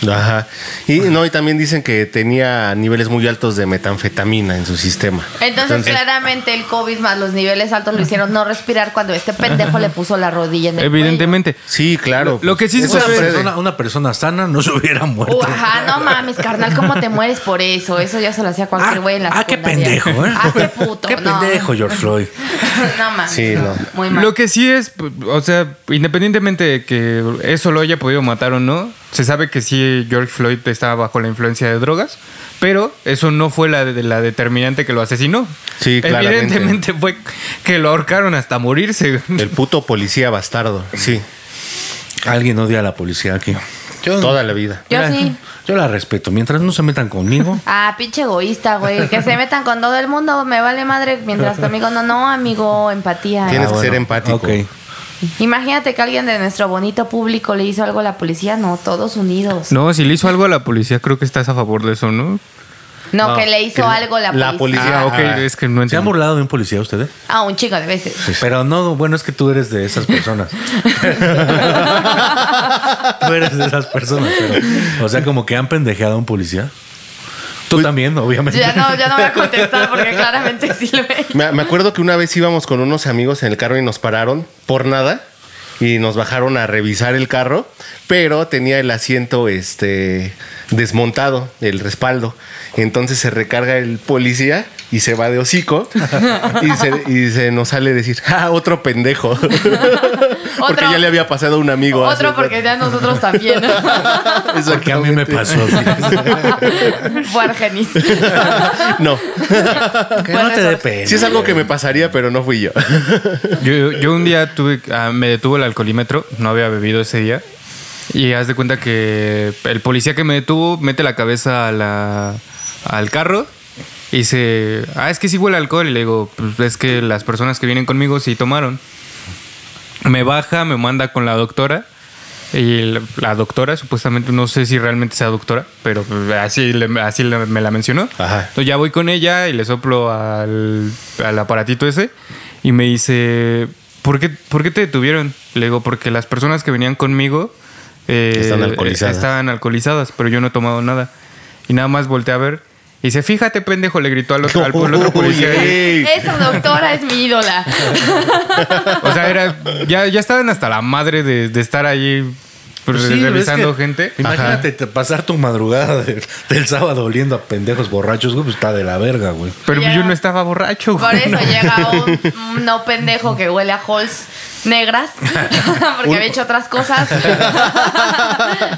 S6: Ajá. Y no, y también dicen que tenía niveles muy altos de metanfetamina en su sistema.
S4: Entonces, claramente el COVID más los niveles altos lo hicieron no respirar cuando este pendejo le puso la rodilla en el
S3: Evidentemente.
S6: Sí, claro. pues,
S3: Lo que sí se
S6: Eso
S5: Una
S3: sabe-
S6: sucede.
S5: persona, una persona sana no se hubiera muerto.
S4: cuello. Uh, ajá,
S5: Ah,
S4: no mames, carnal, ¿cómo te mueres por eso? Eso ya se lo hacía cualquier güey en la
S5: ah, qué
S4: secundaria.
S5: pendejo, ¿eh?
S4: Ah, qué
S5: *laughs*
S4: puto.
S5: Qué
S4: no.
S5: pendejo, George Floyd.
S4: *laughs* no mames.
S6: Sí, no.
S4: Muy mal.
S3: Lo que sí es, o sea, independientemente de que eso lo haya podido matar o no, se sabe que sí George Floyd estaba bajo la influencia de drogas, pero eso no fue la, de, la determinante que lo asesinó.
S6: Sí, claramente.
S3: Evidentemente fue que lo ahorcaron hasta morirse.
S6: El puto policía bastardo. Sí.
S5: Alguien odia a la policía aquí. Yo,
S6: Toda la vida.
S4: Yo
S5: Mira,
S4: sí.
S5: Yo la respeto. Mientras no se metan conmigo.
S4: Ah, pinche egoísta, güey. Que se metan con todo el mundo, me vale madre. Mientras conmigo no, no, amigo, empatía.
S6: Tienes que ser
S5: ah, bueno,
S6: empático.
S5: ok.
S4: Imagínate que alguien de nuestro bonito público le hizo algo a la policía. No, todos unidos.
S3: *laughs*
S4: No,
S3: No, si le hizo algo a la policía, creo que estás a favor de eso, ¿no?
S6: no,
S4: que le hizo
S6: que
S4: algo la policía.
S6: la policía-
S3: Ah, ok,
S6: ah.
S3: es que no
S5: ¿Se han
S3: entiendo.
S5: burlado de un policía ustedes?
S4: Ah, un chico de veces.
S5: Pero no, bueno, es que tú eres de esas personas. tú eres de esas personas. Pero, o sea, como que han pendejeado a un policía. Tú también, obviamente.
S4: Ya no, ya no voy a contestar porque claramente sí lo he
S6: Me, me acuerdo que una vez íbamos con unos amigos en el carro y nos pararon por nada y nos bajaron a revisar el carro, pero tenía el asiento este desmontado, el respaldo. Entonces se recarga el policía y se va de hocico y, se, y se nos sale decir, ah, otro pendejo. *laughs* porque ya le había pasado a un amigo. hace
S4: Otro porque ya
S6: *laughs*
S4: nosotros también.
S6: rato.
S5: Porque a mí me pasó.
S4: *laughs* Fue Argenis.
S6: *laughs* no,
S5: Que no te dé pena.
S6: sí es algo que me pasaría, pero no fui yo.
S3: Yo, yo un día tuve, ah, me detuvo el alcoholímetro, no había bebido ese día. Y haz de cuenta que el policía que me detuvo mete la cabeza a la- al carro y dice, ah, es que sí huele a alcohol. Y le digo, "Pues es que las personas que vienen conmigo sí tomaron. Me baja, me manda con la doctora. Y la, la doctora, supuestamente, no sé si realmente sea doctora, pero pues, así, le- así le- me la mencionó.
S6: Ajá.
S3: Entonces ya voy con ella y le soplo al, al aparatito ese y me dice, ¿por qué, ¿por qué te detuvieron? Le digo, porque las personas que venían conmigo eh,
S6: Están alcoholizadas.
S3: estaban alcoholizadas, pero yo no he tomado nada. Y nada más volteé a ver. Y dice, fíjate, pendejo, le gritó al otro, al
S6: *laughs*
S3: otro policía.
S6: Uy, ey.
S4: Esa doctora es mi ídola.
S3: O sea, era, ya, ya estaban hasta la madre de, de estar ahí pues,
S5: Sí, ves
S3: revisando
S5: que-
S3: gente.
S5: Imagínate te- pasar tu madurada de- del sábado oliendo a pendejos borrachos, güey, pues está de la verga, güey.
S3: Pero
S4: Ya.
S3: yo no estaba borracho.
S4: Por
S3: güey,
S4: eso
S3: no.
S4: llega un, un no pendejo que huele a holes negras.
S6: *laughs*
S4: Porque había hecho otras cosas.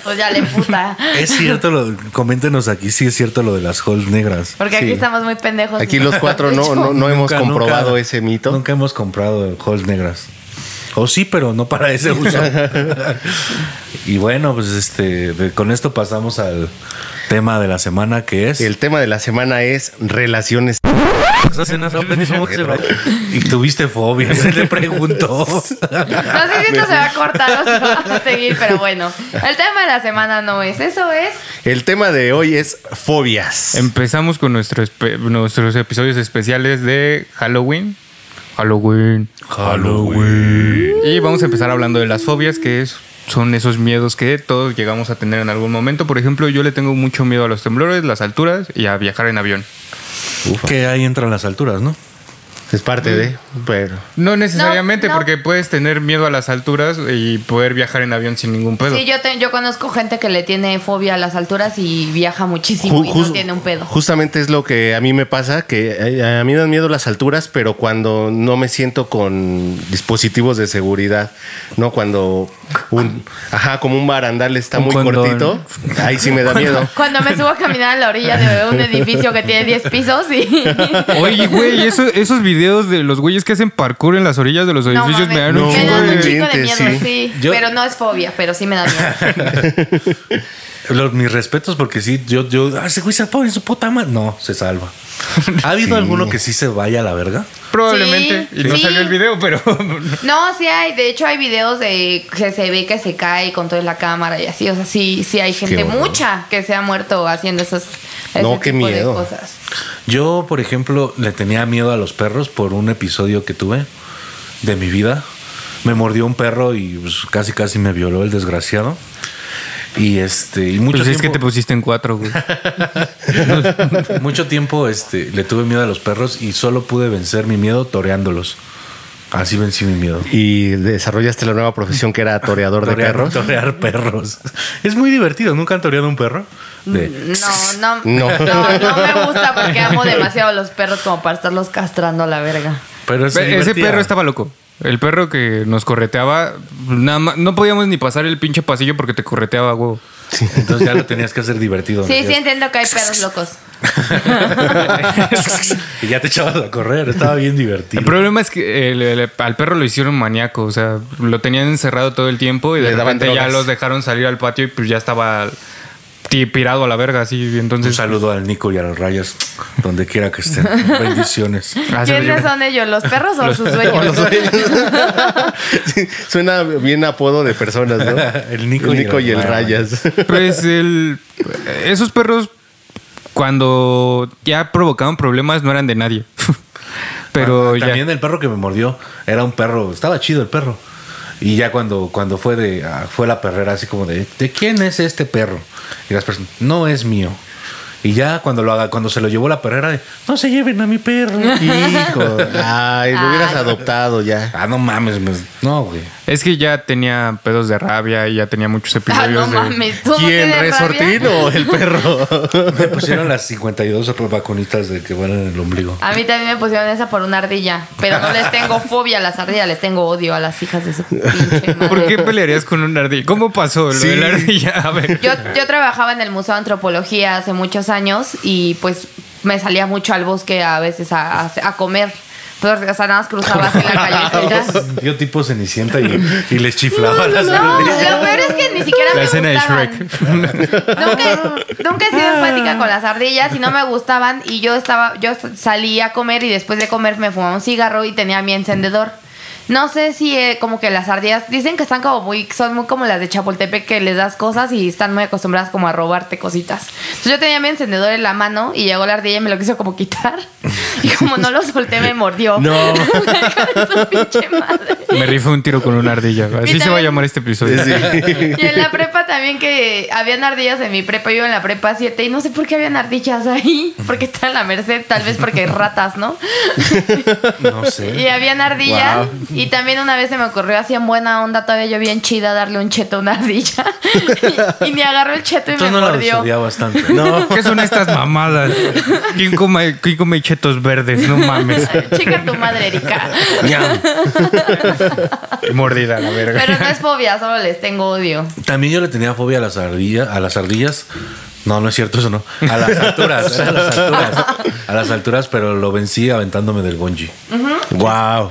S4: pues ya le puta.
S5: Es cierto, lo, coméntenos aquí si es cierto lo de las halls negras.
S4: Porque aquí
S6: Sí.
S4: estamos muy pendejos.
S6: Aquí los cuatro no, no, no hemos
S5: Nunca,
S6: comprobado
S5: nunca-
S6: ese mito.
S5: Nunca hemos comprado halls negras. O sí, pero no para ese
S6: *laughs*
S5: uso. y bueno, pues este, de- con esto pasamos al tema de la semana que es.
S6: El tema de la semana es relaciones.
S5: y tuviste fobia, se le
S6: *laughs*
S5: preguntó.
S4: *laughs* No sé si esto se va a cortar o se va a seguir, pero bueno. El tema de la semana no es eso, es
S6: El tema de hoy es fobias.
S5: Em,
S3: Empezamos con nuestro espe- nuestros episodios especiales de Halloween. Halloween.
S5: Halloween.
S3: Y vamos a empezar hablando de las fobias, que es- son esos miedos que todos llegamos a tener en algún momento. Por ejemplo, yo le tengo mucho miedo a los temblores, las alturas y a viajar en avión.
S5: Que ahí entran las alturas, ¿no?
S6: Es parte de,
S5: mm.
S6: pero
S3: No necesariamente,
S4: No, no.
S3: porque puedes tener miedo a las alturas y poder viajar en avión sin ningún pedo.
S4: Sí, yo, te- yo conozco gente que le tiene fobia a las alturas y viaja muchísimo
S6: ju-
S4: y
S6: jus-
S4: no tiene un pedo.
S6: justamente es lo que a mí me pasa, que eh, a mí me dan miedo las alturas, pero cuando no me siento con dispositivos de seguridad, no cuando un, ajá, como un barandal está
S5: Un
S6: muy
S5: condón.
S6: cortito, ahí sí
S5: *laughs*
S6: me da miedo.
S4: Cuando me subo a caminar a la orilla de un edificio que tiene 10 pisos
S6: *laughs*
S4: y...
S3: Oye, güey, eso- esos videos de los güeyes que hacen parkour en las orillas de los
S4: No,
S3: edificios me
S4: mames,
S3: dan un
S6: no.
S4: me
S3: chingo
S4: dan
S3: de-
S4: un chingo de miedo,
S6: Corriente,
S4: sí.
S6: sí.
S5: Yo-
S4: Pero no es fobia, pero sí me da
S6: *laughs*
S4: miedo.
S5: Los- mis respetos, porque sí, yo, yo, ah, ese güey se pone su puta madre. No, se salva. ¿Ha habido alguno que sí se vaya a la verga?
S3: Probablemente.
S4: Sí,
S3: y no
S4: sí.
S3: salió el video, pero. *laughs*
S4: No, sí hay. De hecho, hay videos de que se ve que se cae con toda la cámara y así. O sea, sí, sí hay gente,
S5: horror.
S4: mucha, que se ha muerto haciendo esas
S6: No, qué miedo.
S4: cosas.
S5: Yo, por ejemplo, le tenía miedo a los perros por un episodio que tuve de mi vida. Me mordió un perro y pues, casi casi me violó el desgraciado. Y este, y mucho
S3: Pues es que te
S5: tiempo-
S3: pusiste en cuatro, güey.
S5: *laughs* mucho tiempo este, le tuve miedo a los perros y solo pude vencer mi miedo toreándolos. Así vencí mi miedo.
S6: Y desarrollaste la nueva profesión que era toreador de
S5: Torear-
S3: *laughs*
S6: perros.
S5: Torear perros. Es muy divertido. ¿Nunca han toreado un perro? De-
S6: *laughs*
S4: No, no,
S6: No.
S4: no, no me gusta porque amo demasiado a los perros como para estarlos castrando a la verga.
S5: Pero se
S3: Pe- Ese
S5: divertía.
S3: perro estaba loco. El perro que nos correteaba, nada más, no podíamos ni pasar el pinche pasillo porque te correteaba, güey.
S5: Entonces ya lo tenías que hacer divertido. ¿no?
S4: Sí, sí entiendo que hay perros locos.
S5: *laughs* Y ya te echabas a correr, estaba bien divertido.
S3: El problema es que el- el- al perro lo hicieron maníaco, o sea, lo tenían encerrado todo el tiempo y de
S6: Le daban
S3: repente ya
S6: drogas.
S3: los dejaron salir al patio y pues ya estaba ti- tirado a la verga, así, y
S5: Un
S3: entonces...
S5: saludo al Nico y a los Rayas, donde quiera
S3: *laughs*
S5: que estén. Bendiciones.
S3: Ah, se me
S4: ¿Quiénes
S3: dio-
S4: son ellos? ¿Los perros o sus
S3: *laughs*
S4: dueños?
S6: *laughs* Sí, Suena bien apodo de personas, ¿no?
S5: El Nico y el
S6: y el
S5: Rayas.
S6: Rayas.
S3: Pues el, esos perros cuando ya provocaban problemas no eran de nadie. *laughs* Pero
S5: Ah,
S3: ya...
S5: También el perro que me mordió era un perro, estaba chido el perro. Y ya cuando, cuando fue de ah, fue la perrera así como de ¿de quién es este perro? Y las personas, no es mío. Y ya cuando lo haga, cuando se lo llevó la perrera, de, no se lleven a mi
S4: *laughs*
S5: perro. Hijo.
S6: Ay, lo hubieras
S4: Ay.
S6: adoptado ya.
S5: Ah, no mames, me- no, güey.
S3: Es que ya tenía pedos de rabia y ya tenía muchos
S4: Ah,
S3: episodios
S4: no
S3: de...
S4: mames. ¿tú no
S6: ¿Quién?
S4: tienes
S6: ¿Resortín
S4: rabia?
S6: o el perro?
S5: Me pusieron las 52 otras vacunitas de que van en el ombligo.
S4: A mí también me pusieron esa por una ardilla. Pero no les *laughs* tengo fobia a las ardillas, les tengo odio a las hijas de *laughs* su pinche madre.
S3: ¿Por qué pelearías con un ardilla? ¿Cómo pasó lo
S6: Sí.
S3: de la ardilla? *laughs* A ver.
S4: Yo, yo trabajaba en el Museo de Antropología hace muchos años y pues me salía mucho al bosque a veces a, a- a comer. Pero, o sea, nada más cruzaba *laughs* así la
S5: *laughs*
S4: callecita.
S5: Dio tipo cenicienta y, y les chiflaba las
S4: Ah, No,
S5: rodillas.
S4: lo peor es que ni siquiera
S3: La
S4: me
S3: escena de
S4: gustaban. Nunca, nunca he sido empática con las ardillas y no me gustaban. Y yo estaba, yo salí a comer y después de comer me fumaba un cigarro y tenía mi encendedor. No sé si eh, como que las ardillas dicen que están como muy, son muy como las de Chapultepec que les das cosas y están muy acostumbradas como a robarte cositas. Entonces yo tenía mi encendedor en la mano y llegó la ardilla y me lo quiso como quitar. *laughs* Y como no lo solté me mordió.
S6: No.
S4: Con *laughs* su pinche madre.
S3: *laughs* Me rifé un tiro con una ardilla. Así se va a llamar este episodio.
S4: Y en la prepa también que habían ardillas en mi prepa, yo iba en la prepa 7 y no sé por qué habían ardillas ahí, porque está en la Merced, tal vez porque hay
S5: *laughs*
S4: ratas, ¿no?
S5: No sé.
S4: Y habían ardillas
S6: Wow.
S4: y también una vez se me ocurrió así en buena onda, todavía yo bien chida darle un cheto a
S5: *laughs*
S4: una ardilla y, y ni agarró el cheto y
S5: Tú
S4: me
S5: no las
S4: mordió.
S5: odiabas bastante.
S6: No.
S3: ¿Qué son estas mamadas? ¿Quién come, quién come chetos verdes? No mames.
S4: *laughs* Chica tu madre, Erika.
S5: Ñam.
S3: Mordida, la verga.
S4: Pero no es fobia, solo les tengo odio.
S5: También yo le tenía fobia a las ardillas, a las ardillas. No, no es cierto eso, no. A las alturas, era a las alturas. A las alturas, pero lo vencí aventándome del bungee.
S6: Wow.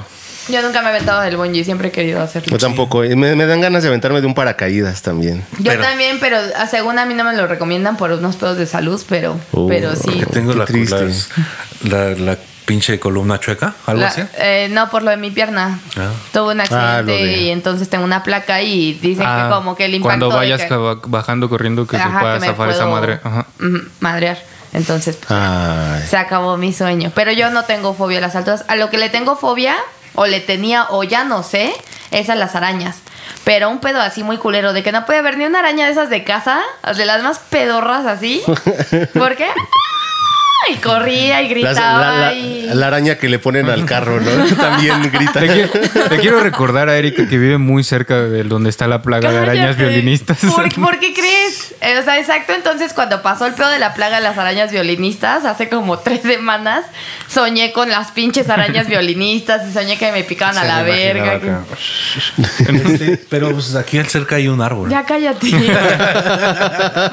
S4: Yo nunca me he aventado del bungee, siempre he querido hacerlo.
S6: Yo tampoco. eh, Me, me dan ganas de aventarme de un paracaídas también.
S4: Yo
S5: Pero-
S4: también, pero ah, según a mí no me lo recomiendan por unos pedos de salud, pero,
S6: Oh,
S4: pero sí.
S5: Que tengo
S6: Qué
S5: la,
S6: triste.
S5: las- la, la pinche columna chueca, algo
S4: La-
S5: así.
S4: eh, no, por lo de mi pierna.
S5: Ah.
S4: Tuve un
S6: Ah, lo
S4: accidente
S6: de-
S4: y entonces tengo una placa y dicen
S3: Ah,
S4: que como que el impacto...
S3: Cuando
S4: de
S3: vayas
S4: que-
S3: ca- bajando corriendo que
S4: Ajá,
S3: se pueda
S4: que me
S3: zafar esa
S4: puedo-
S3: madre.
S5: *laughs*
S3: Ajá. Ah.
S4: Ujú, madrear. Entonces pues,
S6: Ay.
S4: se acabó mi sueño. Pero yo no tengo fobia a las alturas. A lo que le tengo fobia, o le tenía, o ya no sé, es a las arañas. Pero un pedo así muy culero, de que no puede haber ni una araña de esas de casa, de las más
S3: *laughs*
S4: pedorras así. ¿Por qué? Y corría y
S6: Las-
S4: gritaba
S6: la, la-
S4: y...
S6: la araña que le ponen al carro, ¿no? También grita.
S3: Te, quiero, te quiero recordar a Erika que vive muy cerca de donde está la plaga de arañas
S4: Cállate.
S3: violinistas. *laughs*
S4: ¿Por, por qué crees? Eh, O sea, exacto. Entonces, cuando pasó el pedo de la plaga de las arañas violinistas, hace como tres semanas, soñé con las
S3: *laughs*
S4: pinches arañas violinistas y soñé que me picaban a
S5: Se me
S4: la
S5: imaginaba
S4: verga. que-
S5: acá. Este, pero pues, aquí cerca hay un árbol.
S4: Ya
S3: *laughs*
S4: cállate.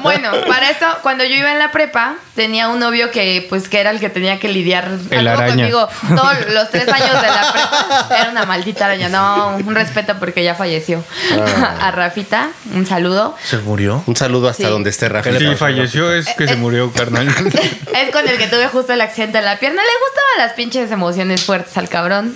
S4: bueno, para esto, cuando yo iba en la prepa, tenía un novio que, pues, que era el que tenía que lidiar
S3: El
S4: algo
S3: araña.
S4: conmigo todos los
S3: *laughs*
S4: tres años de la prepa. Era una maldita araña. No, un respeto porque ya falleció.
S3: Ah.
S4: *laughs* A Rafita, un saludo.
S5: Se murió.
S6: Un saludo hasta
S4: Sí.
S6: donde esté Rafa.
S3: Sí, falleció, es
S4: eh,
S3: que se murió,
S4: *laughs*
S3: carnal.
S4: Es con el que tuve justo el accidente en la pierna. Le gustaban las pinches emociones fuertes al cabrón.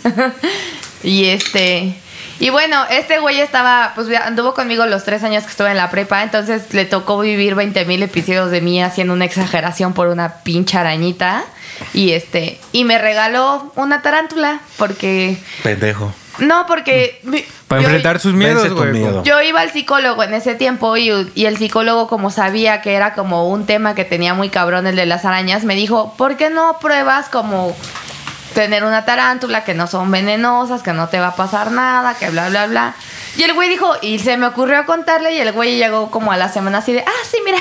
S4: *laughs* y este. Y bueno, este güey estaba, pues anduvo conmigo los tres años que estuve en la prepa, entonces le tocó vivir 20 mil episodios de mí haciendo una exageración por una pinche arañita. Y este, y me regaló una tarántula, porque,
S5: Pendejo.
S4: no, porque... mi-
S3: Para
S4: yo-
S3: enfrentar sus miedos,
S5: Vence tu
S3: güey.
S5: miedo.
S4: yo iba al psicólogo en ese tiempo y, y el psicólogo, como sabía que era como un tema que tenía muy cabrón el de las arañas, me dijo, ¿por qué no pruebas como tener una tarántula que no son venenosas, que no te va a pasar nada, que bla, bla, bla? Y el güey dijo, y se me ocurrió contarle y el güey llegó como a la semana así
S6: *laughs*
S4: de, *laughs* ah, sí, mira,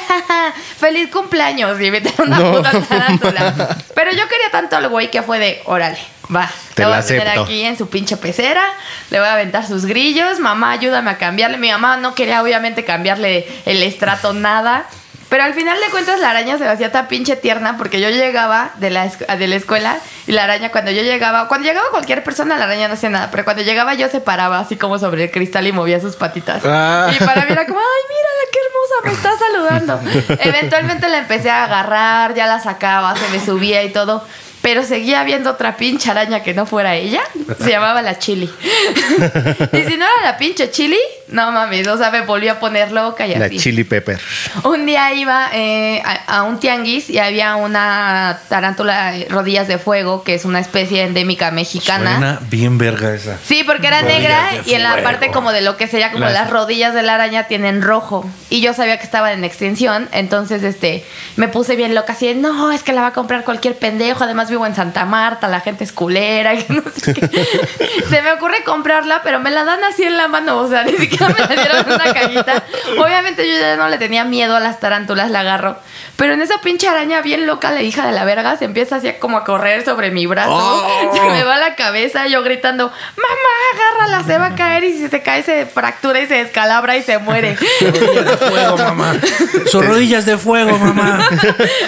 S4: feliz cumpleaños y vete a una puta tarántula. Pero yo quería tanto al güey que fue de, órale, va,
S6: Te
S4: lo
S6: la
S4: voy a tener
S6: acepto.
S4: aquí en su pinche pecera, le voy a aventar sus grillos, mamá, ayúdame a cambiarle. Mi mamá no quería obviamente cambiarle el estrato nada. Pero al final de cuentas la araña se me hacía tan pinche tierna porque yo llegaba de la, esc- de la escuela y la araña cuando yo llegaba, cuando llegaba cualquier persona la araña no hacía nada, pero cuando llegaba yo se paraba así como sobre el cristal y movía sus patitas.
S6: Ah.
S4: Y para mí era como, ay, mírala, qué hermosa, me está saludando. Eventualmente la empecé a agarrar, ya la sacaba, se me subía y todo. Pero seguía viendo otra pinche araña que no fuera ella. Se llamaba la chili. y si no era la pinche chili, no mames, o sea, me volvió a poner loca y
S6: La
S4: así.
S6: chili pepper.
S4: Un día iba eh, a, a un tianguis y había una tarántula de rodillas de fuego, que es una especie endémica mexicana.
S5: Suena bien verga esa.
S4: Sí, porque era
S5: Rodillas
S4: negra
S5: de
S4: y en la
S5: fuego.
S4: parte como de lo que sería como
S3: Las-
S4: las, rodillas de la araña tienen rojo. Y yo sabía que estaban en extinción, entonces este me puse bien loca así, de, no, es que la va a comprar cualquier pendejo, además vivo en Santa Marta, la gente es culera, *laughs* que no sé qué. Se me ocurre comprarla, pero me la dan así en la mano, o sea, ni siquiera me la dieron en una cajita. Obviamente yo ya no le tenía miedo a las tarántulas, la agarro. Pero en esa pinche araña bien loca, la hija de la verga, se empieza así a como a correr sobre mi brazo. *laughs* Se me va la cabeza, yo gritando, mamá, agárrala, se va a caer y si se cae se fractura y se descalabra y se muere.
S5: Fuego, mamá. Son rodillas de fuego,
S4: *laughs*
S5: mamá.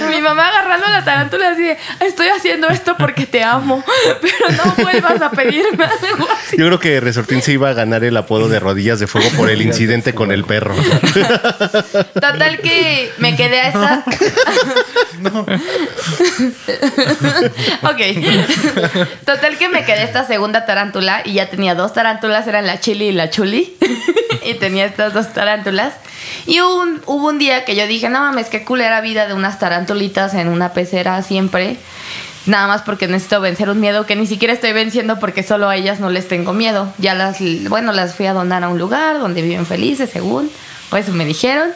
S4: mi mamá agarrando la tarántula así de, estoy haciendo esto porque te amo, *laughs* pero no vuelvas a pedirme algo así.
S6: Yo creo que Resortín se iba a ganar el apodo de rodillas de fuego por el incidente con el perro.
S4: Total que me quedé a esta. *laughs* ok. Total que me quedé a esta segunda tarántula y ya tenía dos tarántulas, eran la chili y la chuli. *laughs* y tenía estas dos tarántulas. Y hubo un, hubo un día que yo dije, no mames, qué cool era vida de unas tarantulitas en una pecera siempre. Nada más porque necesito vencer un miedo que ni siquiera estoy venciendo porque solo a ellas no les tengo miedo. Ya las, bueno, las fui a donar a un lugar donde viven felices, según. O eso me dijeron.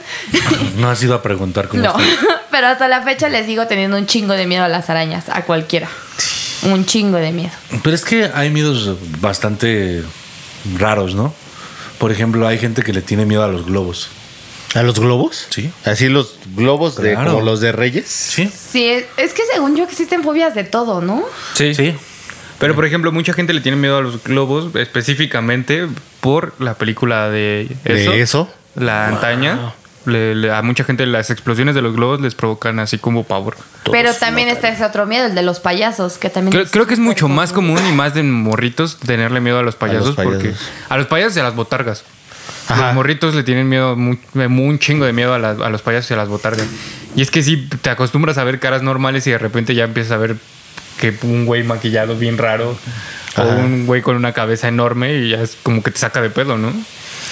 S5: No has ido a preguntar cómo
S4: No,
S5: está.
S4: *laughs* pero hasta la fecha les sigo teniendo un chingo de miedo a las arañas, a cualquiera. Un chingo de miedo.
S5: Pero es que hay miedos bastante raros, ¿no? Por ejemplo, hay gente que le tiene miedo a los globos.
S6: ¿A los globos?
S5: Sí.
S6: Así los globos de
S5: Claro.
S6: como los de Reyes.
S5: ¿Sí?
S4: Sí, es- es que según yo existen fobias de todo, ¿no?
S3: Sí.
S5: Sí.
S3: Pero por ejemplo, mucha gente le tiene miedo a los globos específicamente por la película de eso.
S6: De eso.
S3: La antaña. Le- le- a mucha gente las explosiones de los globos les provocan así como pavor.
S4: pero también está ese otro miedo, el de los payasos, que también...
S3: Creo, creo que es mucho más común y más de morritos tenerle miedo a los payasos, porque
S6: payasos.
S3: a los payasos y a las botargas.
S6: Ajá.
S3: Los morritos le tienen miedo, mu- eh, mu- un, chingo de miedo a, las- a los payasos y a las botargas. Y es que si te acostumbras a ver caras normales y de repente ya empiezas a ver que un güey maquillado bien raro o un güey con una cabeza enorme y ya es como que te saca de pedo, ¿no?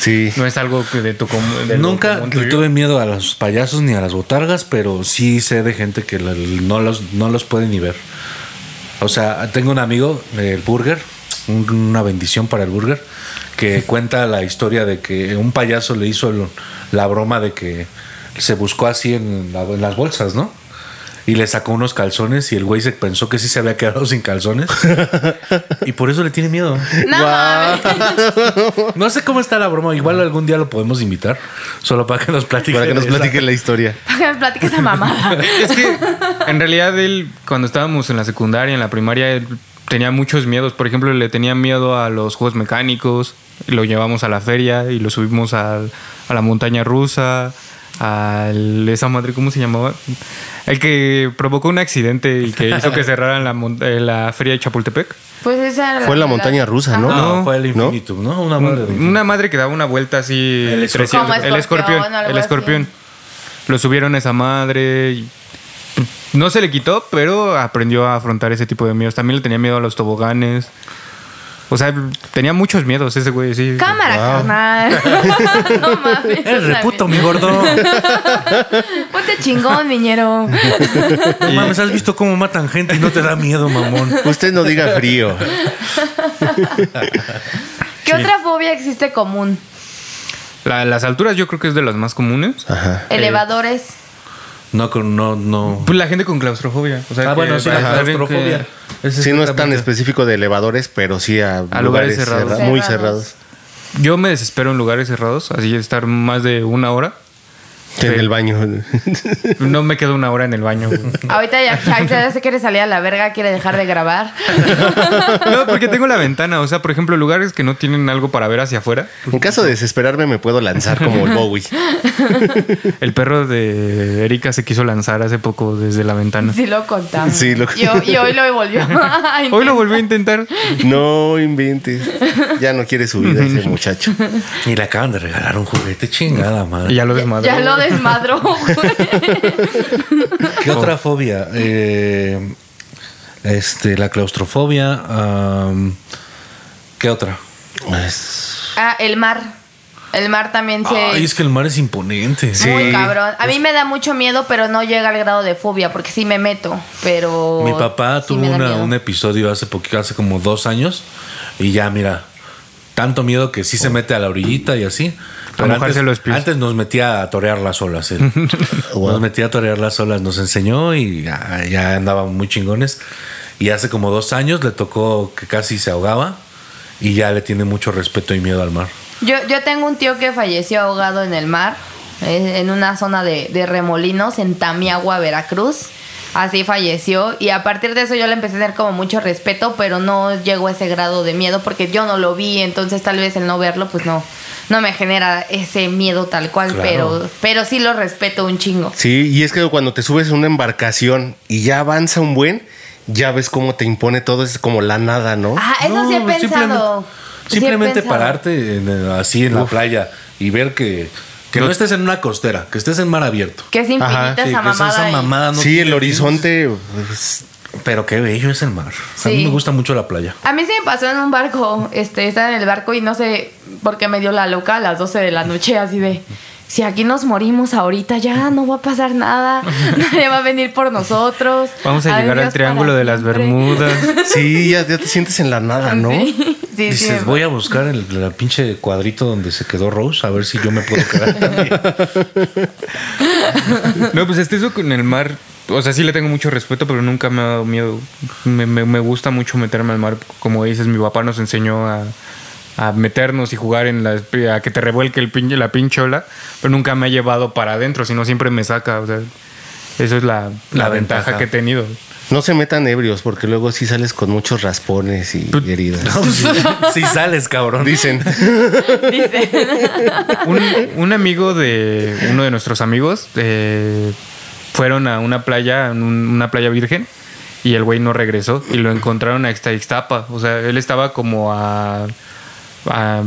S6: Sí.
S3: No es algo que de tu común.
S5: Nunca le tuve miedo a los payasos ni a las botargas, pero sí sé de gente que la- no, los, no los puede ni ver. O sea, tengo un amigo, el Burger, un- una bendición para el Burger,
S3: *laughs*
S5: que cuenta la historia de que un payaso le hizo el- la broma de que se buscó así en, la- en las bolsas, ¿no? Y le sacó unos calzones y el güey se pensó que sí se había quedado *laughs* sin calzones. y por eso le tiene miedo.
S4: No, mames.
S5: *laughs* No sé cómo está la broma. Igual algún día lo podemos invitar. Solo para que nos platique.
S6: Para que nos
S5: de esa-
S6: platiquen la historia.
S4: *laughs* platica
S6: *laughs*
S4: esa mamada.
S3: *laughs* Es que en realidad él, cuando estábamos en la secundaria, en la primaria, él tenía muchos miedos. Por ejemplo, le tenía miedo a los juegos mecánicos, lo llevamos a la feria y lo subimos al- a, la montaña rusa, a esa madre, ¿cómo se llamaba? El que provocó un accidente y que hizo que cerraran la, mon- eh, la feria de Chapultepec.
S4: Pues esa era Ah,
S6: Fue en la montaña rusa, ¿no?
S4: Ajá.
S5: No, Mm.
S3: No.
S5: fue el
S6: ¿No?
S5: infinitum, ¿no? Una madre de
S3: Una madre que daba una vuelta así.
S5: El escorpión.
S3: 300.
S4: Como
S3: El escorpión.
S4: escorpión, algo
S3: el escorpión.
S4: así.
S3: Lo subieron a esa madre. y, pues, no se le quitó, pero aprendió a afrontar ese tipo de miedos. También le tenía miedo a los toboganes. O sea, tenía muchos miedos ese güey, sí.
S6: *laughs*
S4: Cámara, carnal. no mames.
S5: El reputo, mi *laughs* gordo.
S4: Ponte chingón,
S6: *laughs*
S4: niñero.
S5: No mames, has visto cómo matan gente y no te da miedo, mamón.
S6: Usted no diga frío.
S4: ¿Qué otra fobia existe común?
S3: La- las alturas yo creo que es de las más comunes.
S5: Ah.
S6: Ajá.
S4: Elevadores.
S5: *laughs* No, con- no, no.
S3: Pues la gente con claustrofobia. O sea,
S5: Ah,
S3: que-
S5: bueno, sí, la
S3: ajá,
S5: claustrofobia.
S3: que-
S6: Sí, no es tan específico de elevadores, pero sí a,
S3: A lugares cerrados.
S6: cerra- muy
S4: Cerrados.
S6: cerrados.
S3: Yo me desespero en lugares cerrados, así estar más de una hora.
S6: En el baño. *laughs*
S3: No me quedo una hora en el baño. güey.
S4: Ahorita ya, ya, ya se quiere salir a la verga, quiere dejar de grabar.
S3: No, porque tengo la ventana. O sea, por ejemplo, lugares que no tienen algo para ver hacia afuera.
S6: en caso de desesperarme me puedo lanzar como el Bowie.
S3: El perro de Erika se quiso lanzar hace poco desde la ventana.
S4: Sí lo contamos.
S6: Sí, lo-
S4: y, hoy- y
S5: *laughs*
S4: hoy lo volvió. *laughs* Ay,
S3: Hoy lo volví a intentar.
S6: No inventes. Ya no quiere su vida *laughs* ese muchacho.
S5: Y le acaban de regalar un juguete, chingada
S3: Y
S5: madre.
S3: ya lo desmadró.
S4: Ya
S5: *laughs*
S4: lo desmadró, güey.
S5: ¿Qué otra fobia? Eh, este, la claustrofobia. am, ¿Qué otra?
S4: Ah, el mar. El mar también se.
S5: Ay, es que el mar es imponente.
S4: Muy cabrón. A mí me da mucho miedo, pero no llega al grado de fobia, porque sí me meto, pero...
S5: Mi papá
S4: sí
S5: tuvo
S4: me da
S5: una-
S4: miedo.
S5: un episodio hace poquito, hace como dos años, y ya, mira, tanto miedo que sí se mete Oh. a la orillita y así. Pero
S3: mojarse
S5: antes,
S3: los pies.
S5: antes nos metía a torear las olas. *laughs* él. Nos metía a torear las olas, nos enseñó y ya, ya andaban muy chingones. Y hace como dos años le tocó que casi se ahogaba y ya le tiene mucho respeto y miedo al mar.
S4: Yo, yo tengo un tío que falleció ahogado en el mar, eh, en una zona de, de remolinos, en Tamiagua, Veracruz. Así falleció y a partir de eso yo le empecé a tener como mucho respeto, pero no llegó a ese grado de miedo porque yo no lo vi, entonces tal vez el no verlo pues no, no me genera ese miedo tal cual,
S5: Claro.
S4: pero, pero sí lo respeto un chingo.
S6: Sí, y es que cuando te subes a una embarcación y ya avanza un buen, ya ves cómo te impone todo, es como la nada, ¿no?
S4: Ajá, Ah, eso
S5: No,
S4: sí he
S5: simplemente-
S4: pensado. Sí he
S5: Simplemente
S4: pensado.
S5: pararte en el- así en la playa y ver que, que no. estés en una costera, que estés en mar abierto.
S4: Que es
S6: Ajá,
S4: infinita
S5: Sí,
S4: esa
S5: que esa-
S4: mamada.
S5: esa
S4: y-
S5: mamada Ah, no
S6: sí, el
S5: tiene
S6: horizonte. pues,
S5: fin. Pero qué bello es el mar. A mí
S4: Sí.
S5: me gusta mucho la playa.
S4: A mí se me pasó en un barco, este, estaba en el barco y no sé por qué me dio la loca a las 12 de la noche, así de, si aquí nos morimos ahorita ya no va a pasar nada, *laughs* nadie va a venir por nosotros.
S3: Vamos a llegar
S4: Adiós
S3: al Triángulo
S4: para
S3: de las
S4: siempre". *laughs*
S3: Bermudas.
S6: sí, ya, ya te sientes en la nada, ¿no?
S4: Sí, sí, sí,
S5: Dices,
S4: me-
S5: voy a buscar el la pinche cuadrito donde se quedó Rose, a ver si yo me puedo quedar
S4: *laughs*
S5: *laughs* también.
S3: *laughs* No, pues este eso con el mar. O sea, sí le tengo mucho respeto, pero nunca me ha dado miedo. Me, me- me gusta mucho meterme al mar. Como dices, mi papá nos enseñó a, a meternos y jugar en la. a que te revuelque el pinche, la pinchola. Pero nunca me ha llevado para adentro, sino siempre me saca. O sea, eso es la, la ventaja.
S5: La ventaja.
S3: que he tenido.
S6: No se metan ebrios, porque luego sí sales con muchos raspones y heridas.
S5: pues, Si sales, cabrón.
S6: Dicen.
S3: *laughs* Un, un amigo de. uno de nuestros amigos eh, fueron a una playa, un- una playa virgen. Y el güey no regresó y lo encontraron a Ixta- Ixtapa. O sea, él estaba como a a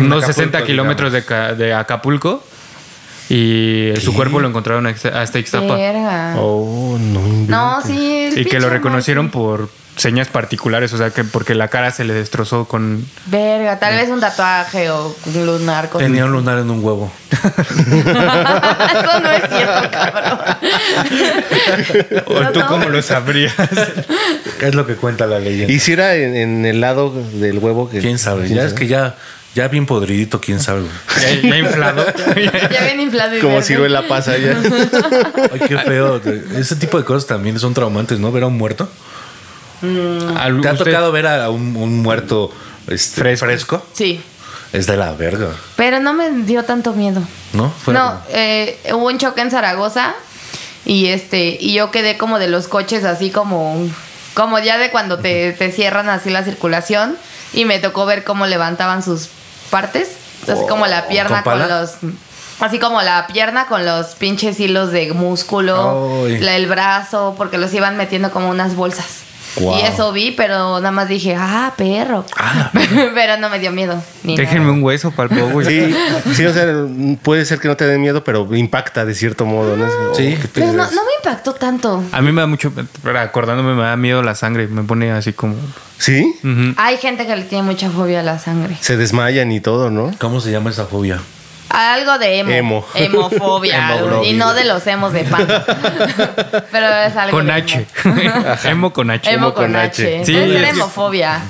S3: unos 60
S5: digamos.
S3: kilómetros de, Ca- de Acapulco y su cuerpo lo encontraron hasta hasta Ixtapa.
S4: Verga.
S6: Oh, no.
S4: No, sí. el
S3: Y que
S4: pinche
S3: lo
S4: mar,
S3: reconocieron
S4: sí.
S3: por señas particulares, o sea, que porque la cara se le destrozó con...
S4: Verga, tal vez un tatuaje o un lunar. cosas
S5: Tenía un lunar en un huevo.
S4: *laughs* Eso no es cierto, cabrón.
S3: *laughs* ¿O tú cómo lo sabrías?
S5: Es lo que cuenta la leyenda.
S6: ¿Y si era en, en el lado del huevo? Que,
S5: ¿Quién sabe? Ya es que ya, ya bien podridito, quién sabe.
S3: *laughs* Ya, ya *laughs* inflado.
S4: Ya bien inflado y
S6: Como
S4: verde.
S6: ciruela pasa ya.
S5: Ay, qué feo. Ese tipo de cosas también son traumantes, ¿no? Ver a un muerto.
S3: Al-
S5: ¿Te ha
S3: usted-
S5: tocado ver a un, un muerto este,
S3: Fresco.
S5: fresco.
S4: Sí,
S5: Es de la verga,
S4: pero no me dio tanto miedo.
S5: ¿no? Fuera
S4: no, eh, hubo un choque en Zaragoza y este y yo quedé como de los coches así como como ya de cuando te, te cierran así la circulación y me tocó ver cómo levantaban sus partes, así como la pierna
S5: Oh, ¿con
S4: con,
S5: pala?
S4: los así como la pierna con los pinches hilos de músculo,
S5: Ay.
S4: la- el brazo, porque los iban metiendo como unas bolsas.
S5: Guau.
S4: Y eso vi, pero nada más dije, ah, perro.
S5: Ah,
S4: *laughs* pero no me dio miedo. ni nada.
S3: Déjenme un hueso para el
S5: Pues,
S3: bobo.
S6: Sí, sí, o sea, puede ser que no te dé miedo, pero impacta de cierto modo, ¿no? Es- "Oh,
S5: Sí.
S6: qué
S4: Pero Pues no,
S6: pedo.
S4: no me impactó tanto.
S3: A mí me da mucho... Acordándome, me da miedo la sangre. Me pone así como...
S6: ¿Sí?
S5: Mm.
S3: Ujú.
S4: Hay gente que le tiene mucha fobia a la sangre.
S6: Se desmayan y todo, ¿no?
S5: ¿Cómo se llama esa fobia?
S4: Algo de emo.
S6: Emo.
S4: Emofobia. algo.
S5: Hemoglobina.
S4: y no de los emos de pan. Pero es algo.
S3: Con
S4: de
S3: H.
S4: emo.
S3: *laughs* Emo con H.
S4: Emo con,
S6: con
S4: H.
S6: H.
S3: Sí,
S4: Debe ser
S3: es que-
S4: hemofobia.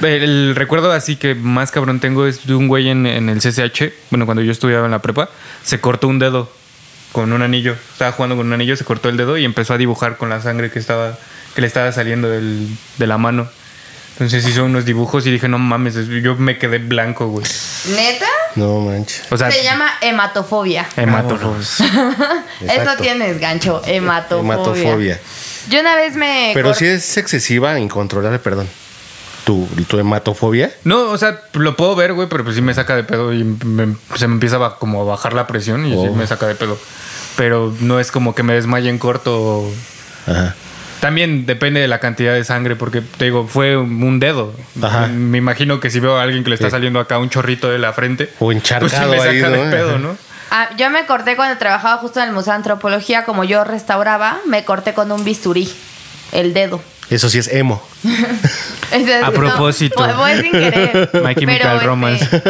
S3: El recuerdo así que más cabrón tengo es de un güey en, en el CCH, bueno, cuando yo estudiaba en la prepa, se cortó un dedo con un anillo. Estaba jugando con un anillo, se cortó el dedo y empezó a dibujar con la sangre que estaba que le estaba saliendo del- de la mano. Entonces hizo unos dibujos y dije, no mames, yo me quedé blanco, güey.
S4: ¿Neta?
S6: No manches.
S3: O sea,
S4: Se llama hematofobia.
S3: hematófobos.
S4: Eso
S6: Exacto.
S4: tienes, gancho. Hematofobia.
S6: Hematofobia.
S4: Yo una vez me.
S6: Pero
S4: cor-
S6: si es excesiva, incontrolable, perdón. ¿Tu, tu hematofobia?
S3: No, o sea, lo puedo ver, güey, pero pues sí me saca de pedo y me- se me empieza a ba- como a bajar la presión y sí
S6: Oh.
S3: me saca de pedo. Pero no es como que me desmaye en corto.
S6: Ajá.
S3: También depende de la cantidad de sangre, porque te digo, fue un dedo.
S6: Ajá.
S3: Me imagino que si veo a alguien que le está saliendo acá un chorrito de la frente,
S6: O
S3: pues sí
S6: encharcado
S3: me saca
S6: ahí,
S3: de
S6: ¿no?
S3: pedo,
S6: *laughs*
S3: ¿no?
S4: Ah, yo me corté cuando trabajaba justo en el Museo de Antropología, como yo restauraba, me corté con un bisturí el dedo.
S6: Eso sí es emo.
S4: Entonces,
S3: A propósito.
S4: fue- fue sin querer.
S3: My Chemical
S4: Pero, este,
S3: Romance.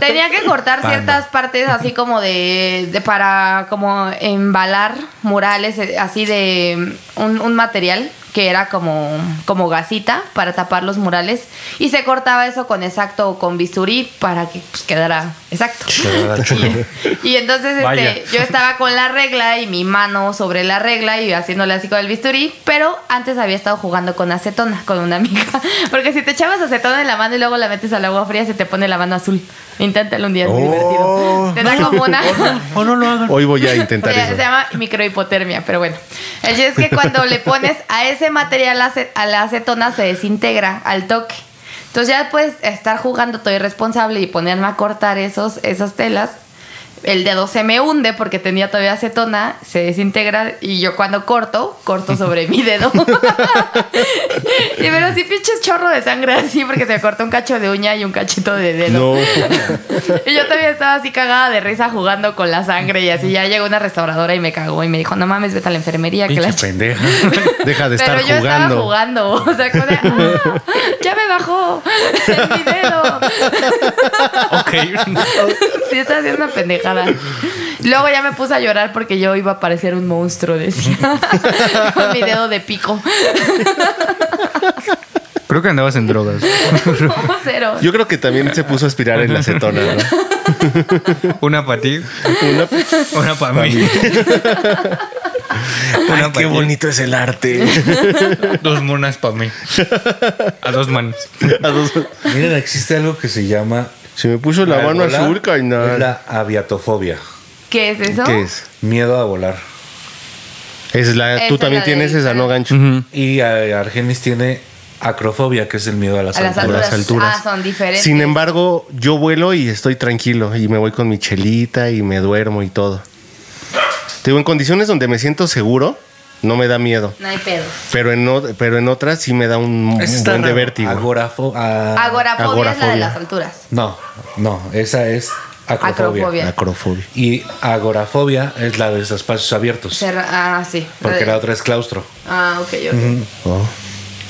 S4: tenía que cortar
S3: Panda.
S4: ciertas partes así como de, de- para como embalar murales eh, así de mm, un, un material que era como, como gasita para tapar los murales y se cortaba eso con exacto o con bisturí para que pues, quedara exacto. *laughs* Y, y entonces
S3: Vaya.
S4: este, yo estaba con la regla y mi mano sobre la regla y haciéndole así con el bisturí, pero antes había estado jugando con acetona con una amiga. *laughs* Porque si te echabas acetona en la mano y luego la metes al agua fría, se te pone la mano azul. Inténtalo un día, es muy
S6: Oh.
S4: divertido. Te da como una.
S3: O no lo hagan.
S6: Hoy voy a intentar
S4: Se,
S6: eso.
S4: se llama microhipotermia, pero bueno. El chiste es que cuando le pones a ese material ace- a la acetona se desintegra al toque. Entonces ya puedes estar jugando todo irresponsable y ponerme a cortar esos, esas telas. El dedo se me hunde porque tenía todavía acetona, se desintegra y yo cuando corto, corto sobre mi dedo. *laughs* y pero sí pinches chorro de sangre así porque se me cortó un cacho de uña y un cachito de dedo.
S6: No.
S4: Y yo todavía estaba así cagada de risa jugando con la sangre y así. Ya llegó una restauradora y me cagó y me dijo, no mames, vete a la enfermería. Que la
S5: Pinche
S4: ch-".
S5: pendeja.
S6: *laughs* Deja de estar
S4: Pero yo estaba
S6: jugando.
S4: jugando. O sea, como de, "Ah, ya me bajó el video.
S3: Ok.
S4: Sí, estaba haciendo una pendejada. Luego ya me puse a llorar porque yo iba a parecer un monstruo, decía. *laughs* con mi dedo de pico.
S3: *laughs* Creo que andabas en drogas.
S4: Como cero.
S6: Yo creo que también se puso a aspirar en la acetona, ¿no?
S3: Una para ti,
S6: Una-
S3: una para mí.
S5: Ay,
S3: Una
S5: qué
S3: pa' ti.
S5: bonito es el arte.
S3: *laughs* Dos monas para mí. A dos manos.
S6: *laughs* a dos- Ah,
S5: Miren, existe algo que se llama.
S6: Se me puso la mano
S5: Volar,
S6: azul,
S5: Es
S6: carnal.
S5: la aviatofobia.
S4: ¿Qué es eso?
S6: ¿Qué es?
S5: Miedo a volar.
S6: Es la,
S4: Esa
S6: tú
S4: es
S6: también
S4: la de-
S6: tienes esa, ¿no, gancho?
S3: Mm.
S5: Y eh, Argenis tiene acrofobia, que es el miedo a las
S4: A las
S5: alturas.
S6: Por
S4: alturas.
S6: las alturas.
S4: Ah, son diferentes.
S6: Sin embargo, yo vuelo y estoy tranquilo y me voy con mi chelita y me duermo y todo. Te digo, en condiciones donde me siento seguro, no me da miedo.
S4: No hay pedo.
S6: Pero en, o- pero en otras sí me da un, un
S5: Esa está
S6: buen de
S5: raro.
S6: vértigo.
S5: Agorafo- a-
S4: Agorafobia, es la de
S6: agorafobia.
S4: las alturas.
S5: No, no, esa es acrofobia.
S4: Acrofobia.
S6: Acrofobia.
S5: Y agorafobia es la de los espacios abiertos,
S4: Cerra- ah, sí.
S5: porque la otra es claustro.
S4: Ah, ok, ok.
S6: Oh.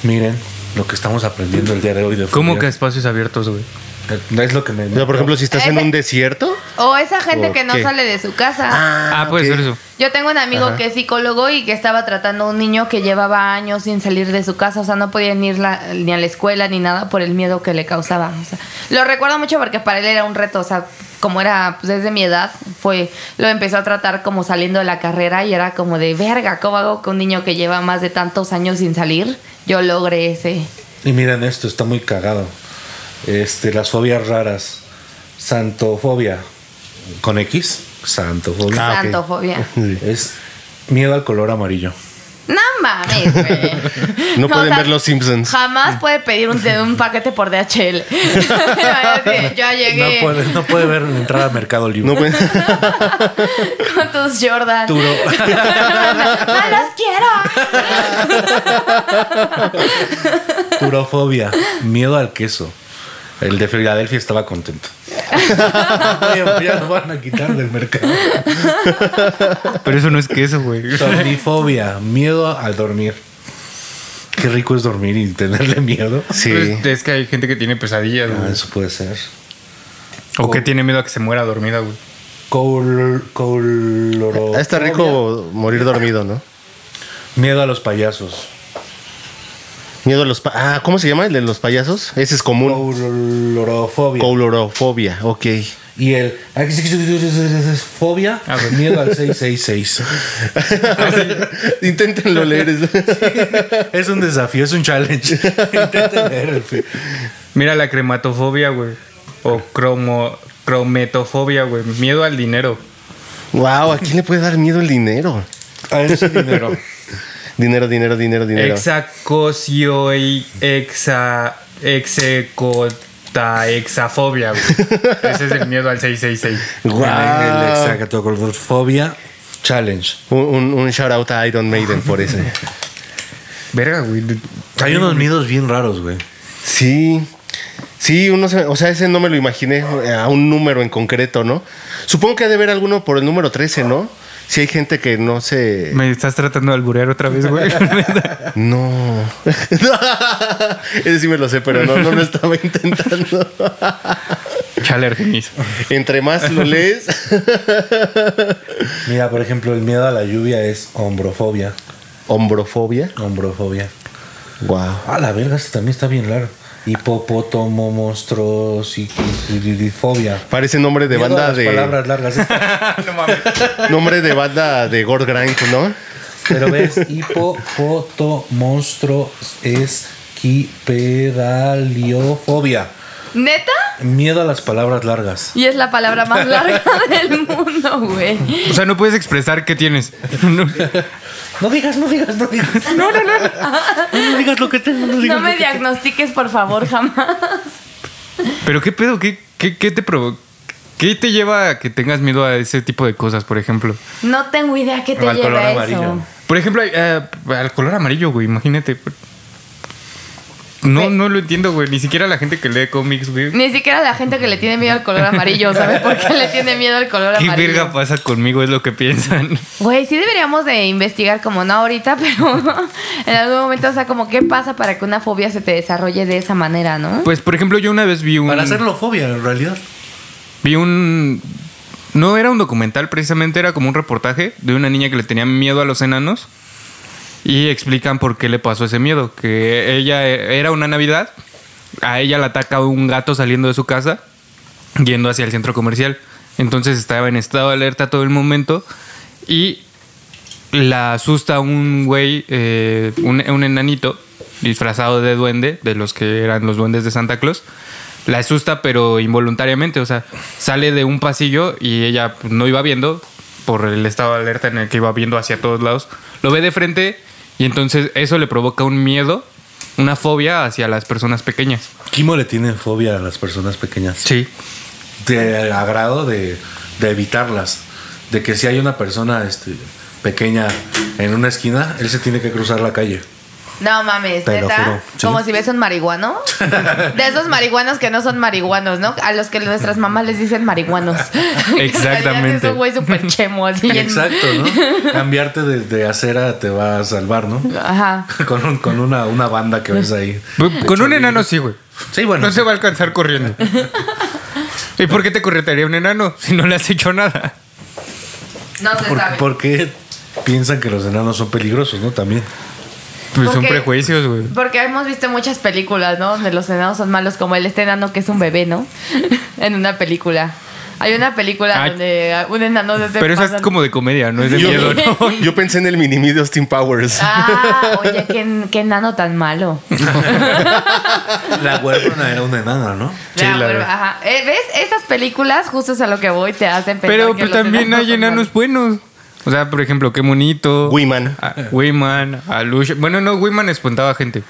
S5: Miren lo que estamos aprendiendo el día de hoy de
S3: ¿Cómo que
S5: fobia.
S3: espacios abiertos, güey?
S5: Es lo que me...
S6: O sea, por ejemplo, si estás en
S4: Ese-
S6: un desierto.
S4: O esa gente que no
S6: Ok.
S4: sale de su casa.
S3: Ah, puede ser eso.
S4: Yo tengo un amigo que es psicólogo y que estaba tratando a un niño que llevaba años sin salir de su casa, o sea, no podía ni ir la- ni a la escuela ni nada por el miedo que le causaba. o sea. lo recuerdo mucho porque para él era un reto, o sea, como era pues, desde mi edad, fue lo empezó a tratar como saliendo de la carrera y era como de verga, ¿cómo hago que un niño que lleva más de tantos años sin salir, yo logre ese?
S5: Y miren esto, está muy cagado. Este, las fobias raras. Santofobia. Con X. Santofobia.
S6: Ah, ok. *laughs*
S4: Santofobia.
S5: Es miedo al color amarillo.
S4: No mames, güey.
S6: No
S4: *laughs* O
S6: pueden
S4: sea,
S6: ver los Simpsons.
S5: eh.
S4: Jamás puede pedir un, un paquete por
S5: *laughs*
S4: DHL. Yo ya
S5: No
S4: llegué
S5: puede, no puede ver entrar a Mercado Libre.
S6: No
S4: *laughs*
S6: pueden-
S4: con tus Jordan. *laughs*
S5: Duro.
S4: ¡No los quiero!
S5: Turofobia. Miedo al queso. El de Filadelfia estaba
S6: *laughs*
S5: contento. ya lo van a quitar del mercado.
S3: Pero eso no es queso, güey.
S5: Somnifobia. Miedo al dormir. Qué rico es dormir y tenerle miedo.
S6: Sí.
S3: Pues, es que hay gente que tiene pesadillas,
S5: Ah,
S3: güey.
S5: eso puede ser.
S3: O que tiene miedo a que se muera dormida, güey.
S5: Col, coloro-
S6: Ah, Está rico morir dormido, ¿no?
S5: Miedo a los payasos.
S6: Miedo a los. pa- ah, ¿cómo se llama el de los payasos? Ese es común.
S5: Colorofobia.
S6: Coulorofobia. Ok. *laughs*
S5: y el. Ah, Fobia.
S3: A ver.
S5: Miedo al 666.
S6: Inténtenlo leer. es- *laughs*
S5: es un desafío, es un challenge. Intenten leer el fi-
S3: Mira la crematofobia, güey. O cromo, crometofobia, güey. Miedo al dinero.
S6: Wow, ¿a quién le puede dar miedo el dinero?
S5: A ese dinero.
S6: Dinero, dinero, dinero, dinero.
S3: Exacocio y exa. Execota. Exafobia, güey. Ese es el miedo al 666.
S6: Wow.
S5: El Hexacatocordofobia Challenge.
S6: Un, un- un shout out a Iron Maiden por ese.
S3: Verga, güey.
S5: Hay unos miedos bien raros, güey.
S6: Sí. Sí, uno se- o sea, ese no me lo imaginé eh, a un número en concreto, ¿no? Supongo que ha de haber alguno por el número 13, ¿no? Si hay gente que no se.
S3: Me estás tratando de alburear otra vez, güey.
S6: No. *laughs* Ese sí me lo sé, pero no, no lo estaba intentando. *laughs*
S3: Chale, Argenis.
S6: Entre más lo lees. *laughs*
S5: Mira, por ejemplo, el miedo a la lluvia es hombrofobia.
S6: Hombrofobia.
S5: Hombrofobia.
S6: Wow.
S5: Ah, la verga, este también está bien largo. Hipopótamo, monstruos, y fobia.
S6: Parece nombre de banda de.
S5: palabras *laughs* largas. esta.
S3: No mames.
S6: *laughs* Nombre de banda de Gord Grind, ¿no?
S5: Pero ves, hipopoto, monstruo, es quipedaliofobia.
S4: ¿Neta?
S5: Miedo a las palabras largas.
S4: Y es la palabra más larga *laughs* del mundo, güey.
S3: O sea, no puedes expresar qué tienes. *laughs* No.
S5: No digas, no digas, no digas.
S4: *laughs* No, no, no.
S5: No digas lo que tengo, no digas.
S4: No me diagnostiques, por favor, jamás.
S3: Pero qué pedo, qué, qué, qué te provoca. ¿Qué te lleva a que tengas miedo a ese tipo de cosas, por ejemplo?
S4: No tengo idea qué te
S5: O al color
S4: lleva eso.
S5: amarillo.
S3: Por ejemplo, eh, al color amarillo, güey, imagínate. No,
S4: Ve.
S3: no lo entiendo, güey. Ni siquiera la gente que lee cómics, güey.
S4: Ni siquiera la gente que le tiene miedo al color amarillo sabe por qué le tiene miedo al color
S3: ¿Qué
S4: amarillo.
S3: verga pasa conmigo? Es lo que piensan.
S4: Güey, sí deberíamos de investigar como no ahorita, *laughs* pero en algún momento, o sea, como qué pasa para que una fobia se te desarrolle de esa manera, ¿no?
S3: Pues, por ejemplo, yo una vez vi un...
S5: Para hacerlo fobia, en realidad.
S3: Vi un... No era un documental, precisamente era como un reportaje de una niña que le tenía miedo a los enanos. Y explican por qué le pasó ese miedo. Que ella eh, era una Navidad. A ella la ataca un gato saliendo de su casa, yendo hacia el centro comercial. Entonces estaba en estado de alerta todo el momento. Y la asusta un güey, eh, un, un enanito disfrazado de duende, de los que eran los duendes de Santa Claus. La asusta, pero involuntariamente. O sea, sale de un pasillo y ella pues, no iba viendo por el estado de alerta en el que iba viendo hacia todos lados. Lo ve de frente y entonces eso le provoca un miedo, una fobia hacia las personas pequeñas.
S5: Kimo le tiene fobia a las personas pequeñas.
S3: Sí.
S5: de agrado de, de evitarlas. De que si hay una persona este, pequeña en una esquina, él se tiene que cruzar la calle.
S4: No mames,
S5: Te lo
S4: neta.
S5: juro, sí.
S4: Como si ves un
S5: *laughs*
S4: marihuano. De esos marihuanos que no son marihuanos, ¿no? A los que nuestras mamás les dicen marihuanos. *laughs*
S3: Exactamente.
S4: Eso, güey, súper chemo. Así en-
S5: Exacto,
S4: *laughs*
S5: ¿no? Cambiarte de, de acera te va a salvar, ¿no?
S4: Ajá.
S5: Con, un- con una, una banda que ves ahí.
S3: Con un enano sí, güey.
S5: Sí, bueno.
S3: No se va a alcanzar corriendo. ¿Y por qué te corretearía un enano si no le has hecho nada?
S4: No se
S5: ¿Por,
S4: sabe.
S5: por qué piensan que los enanos son peligrosos, no? También.
S3: Pues son
S4: Porque-
S3: prejuicios, güey.
S4: Porque hemos visto muchas películas, ¿no? Donde los enanos son malos, como el este enano que es un bebé, ¿no? *laughs* en una película. Hay una película
S3: Ah,
S4: donde un enano se
S3: Pero esa es
S4: pasan-
S3: como de comedia, no es de
S4: Yo-
S3: miedo,
S6: *laughs*
S3: ¿no?
S6: Yo pensé en el mini de Austin Powers.
S4: Ah, oye, qué, qué enano
S3: *laughs*
S4: tan malo. *laughs*
S5: La huérfana era una enana, ¿no?
S3: Sí, la
S4: Ah, bueno,
S3: verdad.
S4: ajá. Eh, ¿Ves? Esas películas, justo es a lo que voy, te hacen pensar
S3: Pero
S4: que
S3: pues,
S4: los
S3: también hay
S4: son
S3: enanos
S4: malos.
S3: buenos. O sea, por ejemplo, qué monito.
S6: Wiman.
S3: a- Wiman, Alush. Bueno, no, Wiman espantaba gente.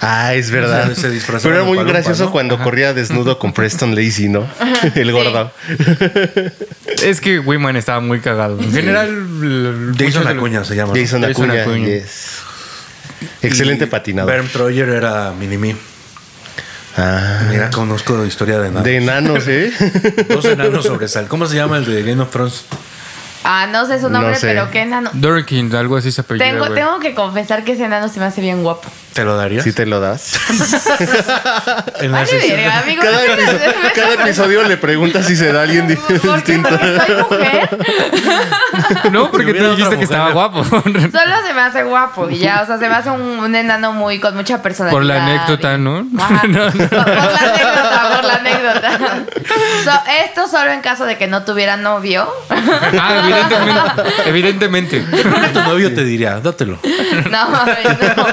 S6: Ah, es verdad.
S5: Se disfrazaba
S6: Pero era
S5: de
S6: muy
S5: palompa,
S6: gracioso
S5: ¿no?
S6: cuando corría desnudo con Preston Lacey, ¿no? *laughs* El gordo.
S3: Es que Wiman estaba muy cagado. En general, l- muchos
S5: Jason
S3: de los-
S5: Acuña se llama. ¿no?
S6: Jason
S3: Jason
S6: Acuña.
S3: Acuña.
S6: yes. Excelente
S5: Y
S6: patinador.
S5: Bernd Troyer era Minimi.
S6: Ah,
S5: Mira, conozco la historia de enanos.
S6: de enanos, ¿eh?
S5: *laughs* Dos enanos sobresal. ¿Cómo se llama el de Game of Thrones?
S4: Ah, no sé su nombre,
S6: No sé.
S4: pero qué enano.
S3: Durkin, algo así se apellida.
S4: Tengo,
S3: güey.
S4: tengo que confesar que ese enano se me hace bien guapo.
S5: ¿Te lo darías?
S6: Si te lo das.
S5: En
S3: Ah,
S5: la
S4: Ay,
S5: sesión-
S4: mira, amigo.
S6: Cada episodio, cada episodio le pregunta si se da a alguien di-
S4: *laughs* ¿Por qué?
S6: distinto.
S4: Porque soy mujer.
S3: No, porque
S5: Si
S3: tú
S5: hubiera
S3: dijiste
S5: otra
S3: que estaba guapo.
S4: Solo se me hace guapo y ya, o sea, se me hace un, un enano muy con mucha personalidad.
S3: Por la anécdota, ¿no?
S4: Ajá.
S3: *laughs* No,
S4: Por, por la anécdota, por la anécdota. So, esto solo en caso de que no tuviera novio.
S3: ah, evidentemente. Evidentemente.
S5: Creo que tu novio te diría, dátelo.
S4: *laughs* No, mames, no.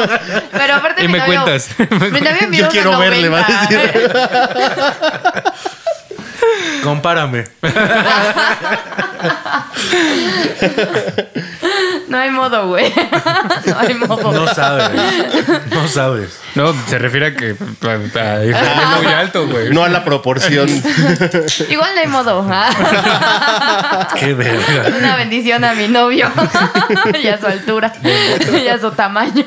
S4: Pero aparte
S3: Y
S4: mi
S3: me
S4: novio-
S3: cuentas.
S4: Mi novio
S6: Yo
S4: mide
S6: quiero verle, va a
S4: 1.90.
S5: Compárame.
S4: No hay modo, güey. No hay modo.
S5: No sabes. No sabes.
S3: No, se refiere a que a- a- es muy alto, güey.
S6: No a la
S4: *laughs*
S6: proporción.
S4: Igual no hay modo. ¿ah?
S5: Qué verga.
S4: Una bendición a mi novio *laughs* y a su altura y a su tamaño.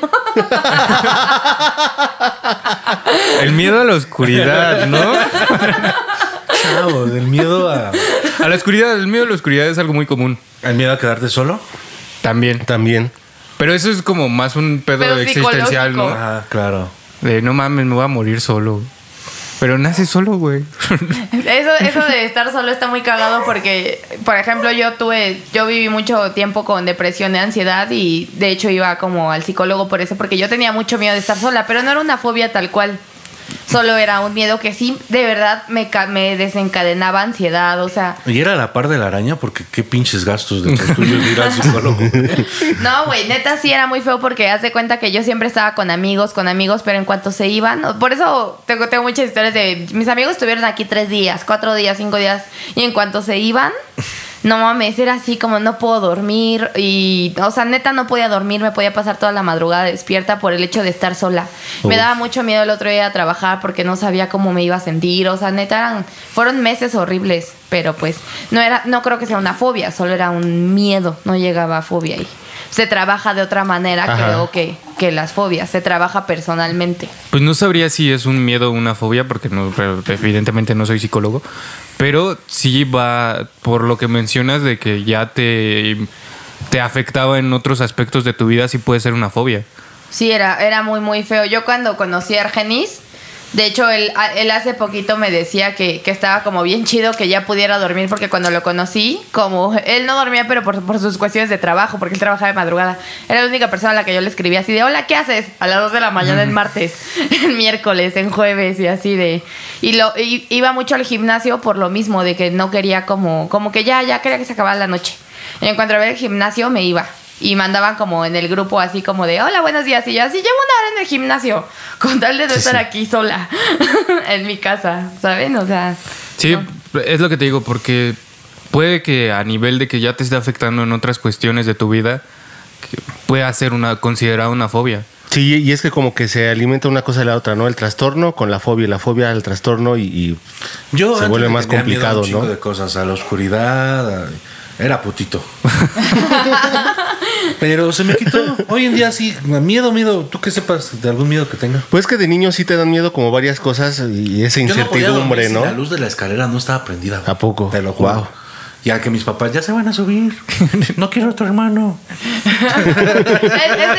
S3: El miedo a la oscuridad, ¿no?
S5: Chavo, del miedo a.
S3: A la oscuridad, el miedo a la oscuridad es algo muy común
S5: ¿El miedo a quedarte solo?
S3: también.
S6: También.
S3: Pero eso es como más un pedo
S4: Pero
S3: existencial,
S4: psicológico.
S3: ¿no?
S5: Ajá, Ah, claro.
S3: De no mames, me voy a morir solo. Pero nace solo, güey. *laughs*
S4: Eso, eso de estar solo está muy cagado porque, por ejemplo, yo tuve, yo viví mucho tiempo con depresión y ansiedad y de hecho iba como al psicólogo por eso, porque yo tenía mucho miedo de estar sola, pero no era una fobia tal cual. Solo era un miedo que sí, de verdad, me, ca- me desencadenaba ansiedad, o sea,
S5: Y era a la par de la araña porque qué pinches gastos de los tuyos de ir al psicólogo.
S4: *laughs* No, güey, neta sí era muy feo porque haz de cuenta que yo siempre estaba con amigos, con amigos, pero en cuanto se iban, o- por eso tengo, tengo muchas historias de mis amigos estuvieron aquí tres días, cuatro días, cinco días, y en cuanto se iban, no mames, era así como no puedo dormir, y, o sea, neta no podía dormir, me podía pasar toda la madrugada despierta por el hecho de estar sola. Me
S6: Uf.
S4: daba mucho miedo el otro día a trabajar porque no sabía cómo me iba a sentir, o sea, neta eran, fueron meses horribles, pero pues no era, no creo que sea una fobia, solo era un miedo, no llegaba a fobia ahí. Se trabaja de otra manera,
S6: Ajá.
S4: creo que, que las fobias, se trabaja personalmente.
S3: Pues no sabría si es un miedo o una fobia, porque no, pero evidentemente no soy psicólogo, pero sí va por lo que mencionas de que ya te, te afectaba en otros aspectos de tu vida, sí puede ser una fobia.
S4: Sí, era, era muy, muy feo. Yo cuando conocí a Argenis, de hecho, él, a- él hace poquito me decía que, que estaba como bien chido que ya pudiera dormir, porque cuando lo conocí, como él no dormía, pero por, por sus cuestiones de trabajo, porque él trabajaba de madrugada, era la única persona a la que yo le escribía así de, hola, ¿qué haces? A las 2 de la mañana en martes, *laughs* en miércoles, en jueves y así de... Y lo y- iba mucho al gimnasio por lo mismo, de que no quería como, como que ya, ya quería que se acabara la noche. Y en cuanto a ver el gimnasio, me iba. Y mandaban como en el grupo así como de, hola, buenos días. Y yo así, llevo una hora en el gimnasio, con tal de no estar aquí sola, *laughs* en mi casa, ¿saben? O sea,
S3: Sí,
S4: no.
S3: es lo que te digo, porque puede que a nivel de que ya te esté afectando en otras cuestiones de tu vida, que pueda ser una, considerada una fobia.
S6: Sí, y es que como que se alimenta una cosa de la otra, ¿no? El trastorno con la fobia, la fobia al trastorno y, y
S5: Yo
S6: Se
S5: antes
S6: vuelve
S5: le
S6: más
S5: tenía miedo a un
S6: complicado,
S5: chingo
S6: ¿no?
S5: de cosas, a la oscuridad, a- era
S6: *laughs*
S5: putito. Pero se me quitó. Hoy en día sí, miedo, miedo. Tú que sepas de algún miedo que tenga.
S6: Pues que de niño sí te dan miedo como varias cosas y esa
S5: Yo no podía
S6: incertidumbre,
S5: dormir si
S6: ¿no?
S5: La luz de la escalera no estaba prendida. güey.
S6: ¿A poco?
S5: Te lo juro.
S6: Wow.
S5: Y al que mis papás ya se van a subir. *laughs* No quiero otro hermano.
S4: E- ese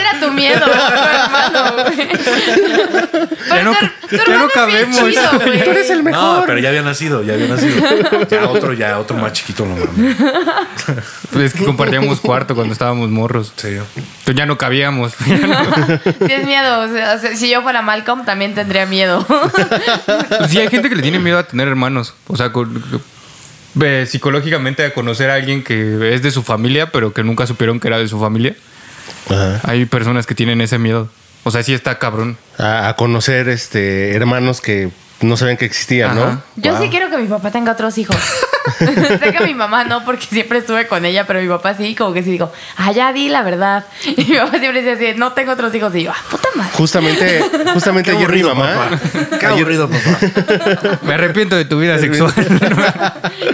S4: era tu miedo, tu hermano, güey.
S3: *laughs* Ya no-
S4: Pero tu,
S3: ya
S4: tu hermano
S3: no
S4: es bien
S3: cabemos.
S4: chido, güey.
S3: *laughs*
S6: Tú eres el mejor.
S5: No, pero ya había nacido, ya había nacido. Ya otro, ya otro más chiquito, no mames.
S3: Es que
S6: *laughs*
S3: compartíamos cuarto cuando estábamos morros.
S5: Sí.
S3: Entonces ya no cabíamos. *laughs*
S4: Sí es miedo. o sea, o sea, si yo fuera Malcolm, también tendría miedo. *laughs*
S3: Pues Sí, hay gente que le tiene miedo a tener hermanos. O sea, con- eh, psicológicamente a conocer a alguien que es de su familia, pero que nunca supieron que era de su familia.
S6: Ajá.
S3: Hay personas que tienen ese miedo. O sea, sí está cabrón.
S6: A, a conocer este hermanos que no sabían que existían,
S3: Ajá.
S6: ¿no?
S4: Yo sí quiero que mi papá tenga otros
S3: *laughs*
S4: hijos. sé que mi mamá no, porque siempre estuve con ella, pero mi papá sí, como que sí digo, ah, ya di la verdad. *laughs* Y mi papá siempre dice así, no tengo otros hijos. Y yo, ah, puta madre.
S6: Justamente, justamente ayer mi mamá. *laughs*
S5: Qué aburrido, papá.
S3: Me arrepiento de tu vida sexual.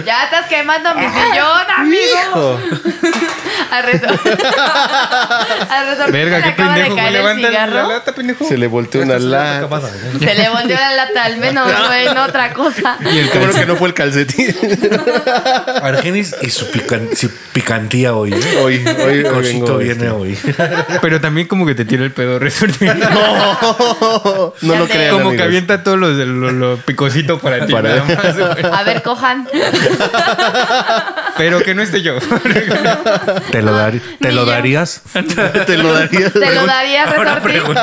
S4: Ya estás quemando mi sillón, amigo.
S3: *laughs*
S4: Al reto. Al reto.
S3: Verga,
S4: le
S3: qué
S4: acaba
S3: pendejo.
S4: de caer el
S3: Levanta la
S4: cigarro.
S3: lata, pendejo.
S6: Se le volteó una lata.
S4: Se le volteó la lata, al menos,
S3: *laughs*
S4: güey, no otra cosa.
S3: *laughs* Y el
S6: Qué bueno
S3: calcetín.
S6: que no fue el calcetín. *laughs*
S5: Argenis y su, pican- su picantía hoy. ¿eh?
S6: Hoy, hoy,
S5: El
S6: hoy
S5: cosito
S6: vengo,
S5: viene
S6: este.
S5: hoy.
S3: Pero también como que te tira el pedo *laughs* resorte.
S6: No, no
S4: Ya
S6: lo
S4: sé.
S6: crean.
S3: Como que
S6: amigos.
S3: avienta todos los lo, lo picosito para ti.
S6: Para-
S3: nada más, güey.
S4: A ver,
S3: *laughs*
S4: cojan.
S3: pero que no esté yo. *laughs*
S5: ¿Te lo, dar- te
S4: Ni
S5: lo
S4: yo.
S5: darías?
S6: *laughs* Te lo
S4: *laughs*
S6: daría.
S4: Te lo daría resortín.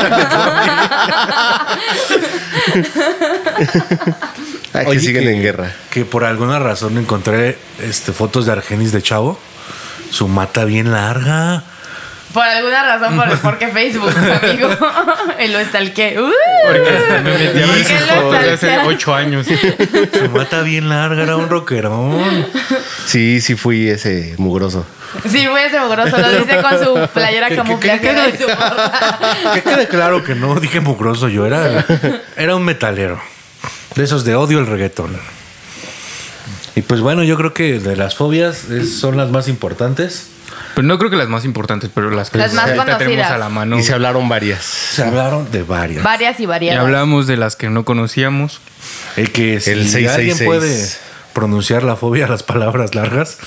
S6: Ah, que
S5: Oye,
S6: siguen
S5: que-
S6: en guerra.
S5: Que por alguna razón encontré este, fotos de Argenis de Chavo. Su mata bien larga.
S3: *laughs*
S4: Por alguna razón, por, porque Facebook, amigo. y lo estalqué. ¡Uh!
S3: Porque me metí a ver sus
S4: Miguel lo
S3: fotos de hace
S4: stalkearon.
S3: ocho años.
S5: Su mata bien larga, era un rockerón.
S6: Sí, sí fui ese mugroso.
S4: Sí, muy seguro. Lo dice con su playera
S5: ¿Qué- qué-
S4: camuflajeada y su gorra.
S3: *laughs*
S5: Que quede claro que no dije mugroso yo, era, era un metalero. De esos de odio el reggaetón. Y pues bueno, yo creo que de las fobias es- son las más importantes.
S3: *laughs* Pero no creo que las más importantes, pero las que
S4: Las más
S3: ahorita tenemos
S4: conocidas.
S3: a la mano.
S6: Y se hablaron varias.
S5: Se hablaron de varias.
S4: Varias y
S3: Y
S4: variadas.
S3: hablamos de las que no conocíamos.
S5: El que si
S6: El
S5: alguien
S6: 666.
S5: puede pronunciar la fobia a las palabras largas,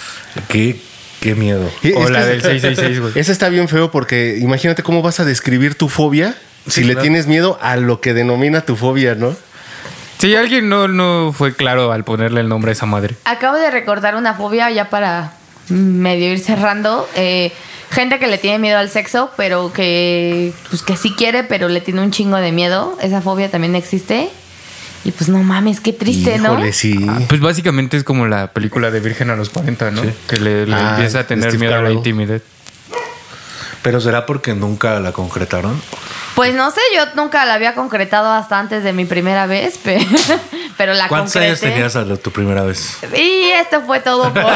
S5: qué, qué miedo.
S6: Y-
S3: O
S6: es
S3: la
S6: que-
S3: del
S6: *laughs*
S3: 666, güey.
S6: Ese está bien feo porque imagínate cómo vas a describir tu fobia si
S5: Sí,
S6: le
S5: claro.
S6: tienes miedo a lo que denomina tu fobia, ¿no?
S3: Si alguien no, no fue claro al ponerle el nombre a esa madre.
S4: Acabo de recordar una fobia ya para medio ir cerrando. eh, gente que le tiene miedo al sexo, pero que pues que sí quiere, pero le tiene un chingo de miedo. Esa fobia también existe. Y pues no mames, qué triste,
S6: Híjole, sí.
S3: Ah, pues básicamente es como la película de Virgen a los 40, ¿no?
S5: Sí.
S3: Que le, le
S6: Ah,
S3: empieza a tener
S6: Steve
S3: miedo a la
S6: Carell.
S3: intimidad.
S5: Pero será porque nunca la concretaron.
S4: ¿no? Pues no sé, yo nunca la había concretado hasta antes de mi primera vez, *laughs* pe- pero, la
S5: ¿Cuántos
S4: concreté.
S5: años tenías a la- tu primera vez?
S4: Y esto fue todo por...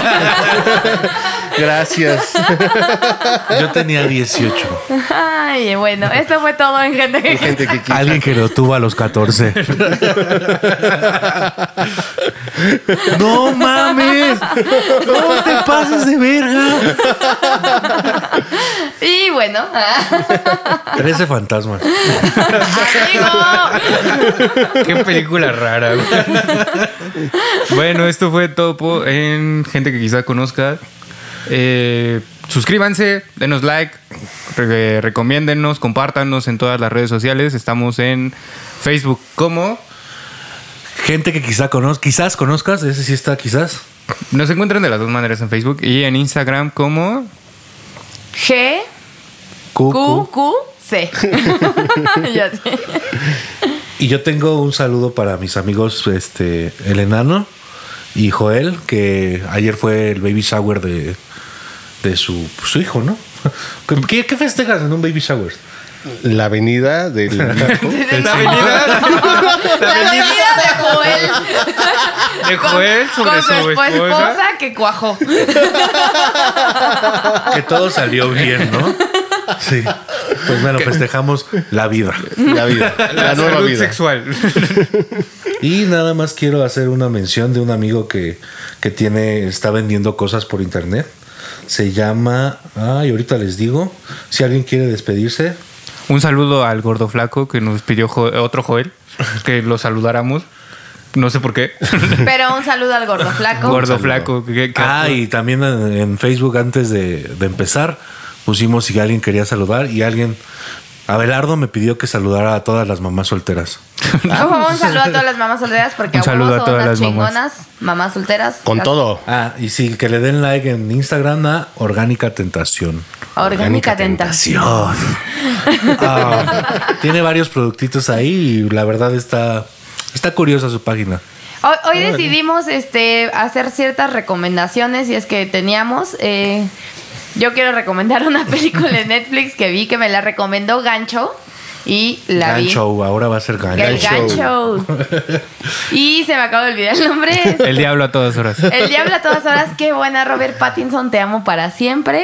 S6: Gracias.
S5: Yo tenía 18.
S4: Ay, bueno, esto fue todo en gente que...
S6: Hay gente que quiere.
S5: Alguien que lo tuvo a los 14. ¡No mames! ¡No te pases de verga!
S4: *laughs* Y bueno, *laughs*
S5: 13 fantasmas.
S4: amigo.
S3: Qué película rara, güey. Bueno, esto fue Topo en gente que quizá conozca. Eh, suscríbanse, denos like, re- recomiéndennos, compártanos en todas las redes sociales. Estamos en Facebook como.
S5: Gente que quizá conoz quizás conozcas, ese sí está quizás.
S3: Nos encuentran de las dos maneras en Facebook y en Instagram como.
S4: G. Q,
S5: Cucu.
S4: Q, C. ya sé.
S5: Y yo tengo un saludo para mis amigos, este, el enano y Joel, que ayer fue el baby shower de, de su, su hijo, ¿no? *laughs* ¿Qué, ¿Qué festejas en un baby shower?
S6: *laughs* La avenida del.
S4: La avenida de Joel.
S3: De Joel
S4: con,
S3: sobre
S4: con
S3: su esposa.
S4: esposa que cuajó.
S5: Que todo salió bien, ¿no? Sí. Pues bueno, festejamos la vida.
S6: La vida. La,
S3: La
S6: nueva
S3: salud
S6: vida.
S3: sexual.
S5: Y nada más quiero hacer una mención de un amigo que, que tiene, está vendiendo cosas por internet. Se llama, ay, ahorita les digo, si alguien quiere despedirse,
S3: Un saludo al gordo flaco que nos pidió Jo- otro Joel, que lo saludáramos. No sé
S6: *laughs*
S3: por qué.
S4: Pero un saludo al gordo flaco.
S3: gordo flaco. que- que-
S5: Ah, y también en, en Facebook antes de, de empezar pusimos si alguien quería saludar y alguien... Abelardo me pidió que saludara a todas las mamás solteras.
S4: Ah, un saludo a todas las mamás solteras porque
S3: Un saludo a
S4: abuelos son
S3: todas
S4: unas
S3: las mamás.
S4: chingonas, mamás. solteras.
S6: Con
S4: Las-
S6: todo.
S5: Ah, y sí, que le den like en Instagram a Orgánica Tentación.
S4: Orgánica tentación.
S5: Dios. Ah, tiene varios productitos ahí y la verdad está, está curiosa su página.
S4: Hoy, hoy decidimos este, hacer ciertas recomendaciones y es que teníamos. eh, yo quiero recomendar una película de Netflix que vi que me la recomendó Gancho y la vi.
S5: Gancho, ahora va a ser gancho.
S4: El gancho.
S3: *laughs*
S4: Y se me acaba de olvidar el nombre.
S3: El diablo a todas horas.
S4: El diablo a todas horas. Qué buena, Robert Pattinson. Te amo para siempre.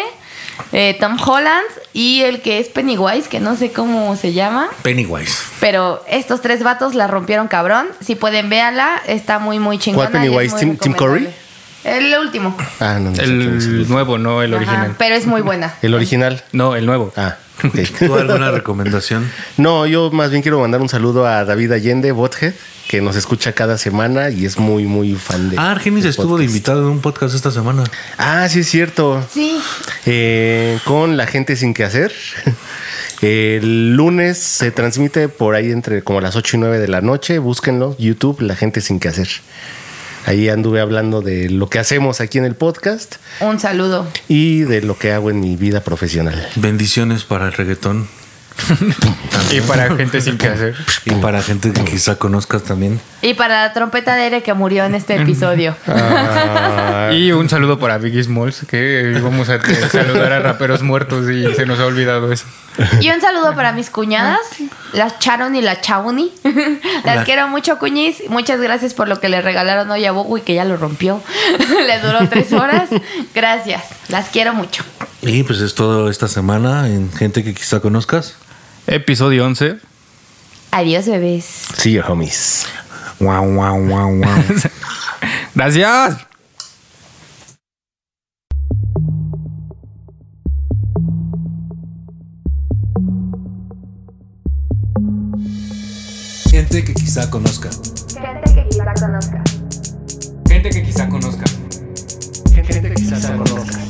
S4: Eh, Tom Holland y el que es Pennywise, que no sé cómo se llama.
S5: Pennywise.
S4: Pero estos tres vatos la rompieron cabrón. Si pueden, véanla. Está muy, muy chingona.
S6: ¿Cuál Pennywise?
S4: y es muy
S6: ¿Tim- Tim
S4: recomendable. El último.
S6: Ah, no, no sé quién es
S3: El nuevo, no el
S4: Ajá,
S3: original.
S4: pero es muy buena.
S6: El original.
S3: No, el nuevo.
S6: Ah, ok.
S5: ¿Tú alguna recomendación?
S6: No, yo más bien quiero mandar un saludo a David Allende, Bothead, que nos escucha cada semana y es muy, muy fan de.
S5: Ah, Argenis
S6: del
S5: estuvo de
S6: podcast.
S5: invitado en un podcast esta semana.
S6: Ah, sí, es cierto.
S4: Sí.
S6: Eh, con la gente sin que hacer. *laughs* El lunes se transmite por ahí entre como las 8 y 9 de la noche. Búsquenlo, YouTube, la gente sin que hacer. Ahí anduve hablando de lo que hacemos aquí en el podcast
S4: Un saludo.
S6: y de lo que hago en mi vida profesional.
S5: Bendiciones para el reggaetón.
S3: Y para gente sin que hacer.
S5: Y para gente que quizá conozcas también.
S4: Y para la trompeta de Ere que murió
S3: *laughs*
S4: en este episodio.
S3: Y un saludo para Biggie Smalls, que vamos a eh, saludar a raperos muertos y se nos ha olvidado eso.
S4: Y un saludo para mis cuñadas, las Charon y la Chauni. Las
S5: Hola.
S4: quiero mucho, cuñis. Muchas gracias por lo que le regalaron hoy a Bogo y que ya lo rompió. *laughs* le duró tres horas. Gracias. Las quiero mucho.
S5: Y pues es todo esta semana en gente que quizá conozcas.
S3: Episodio 11.
S4: Adiós, bebés.
S6: See you, homies.
S5: Guau, guau, guau, guau.
S3: Gracias.
S5: *laughs* gente que quizá conozcas.
S3: Gente que quizá conozca.
S7: Gente que quizás se conozca.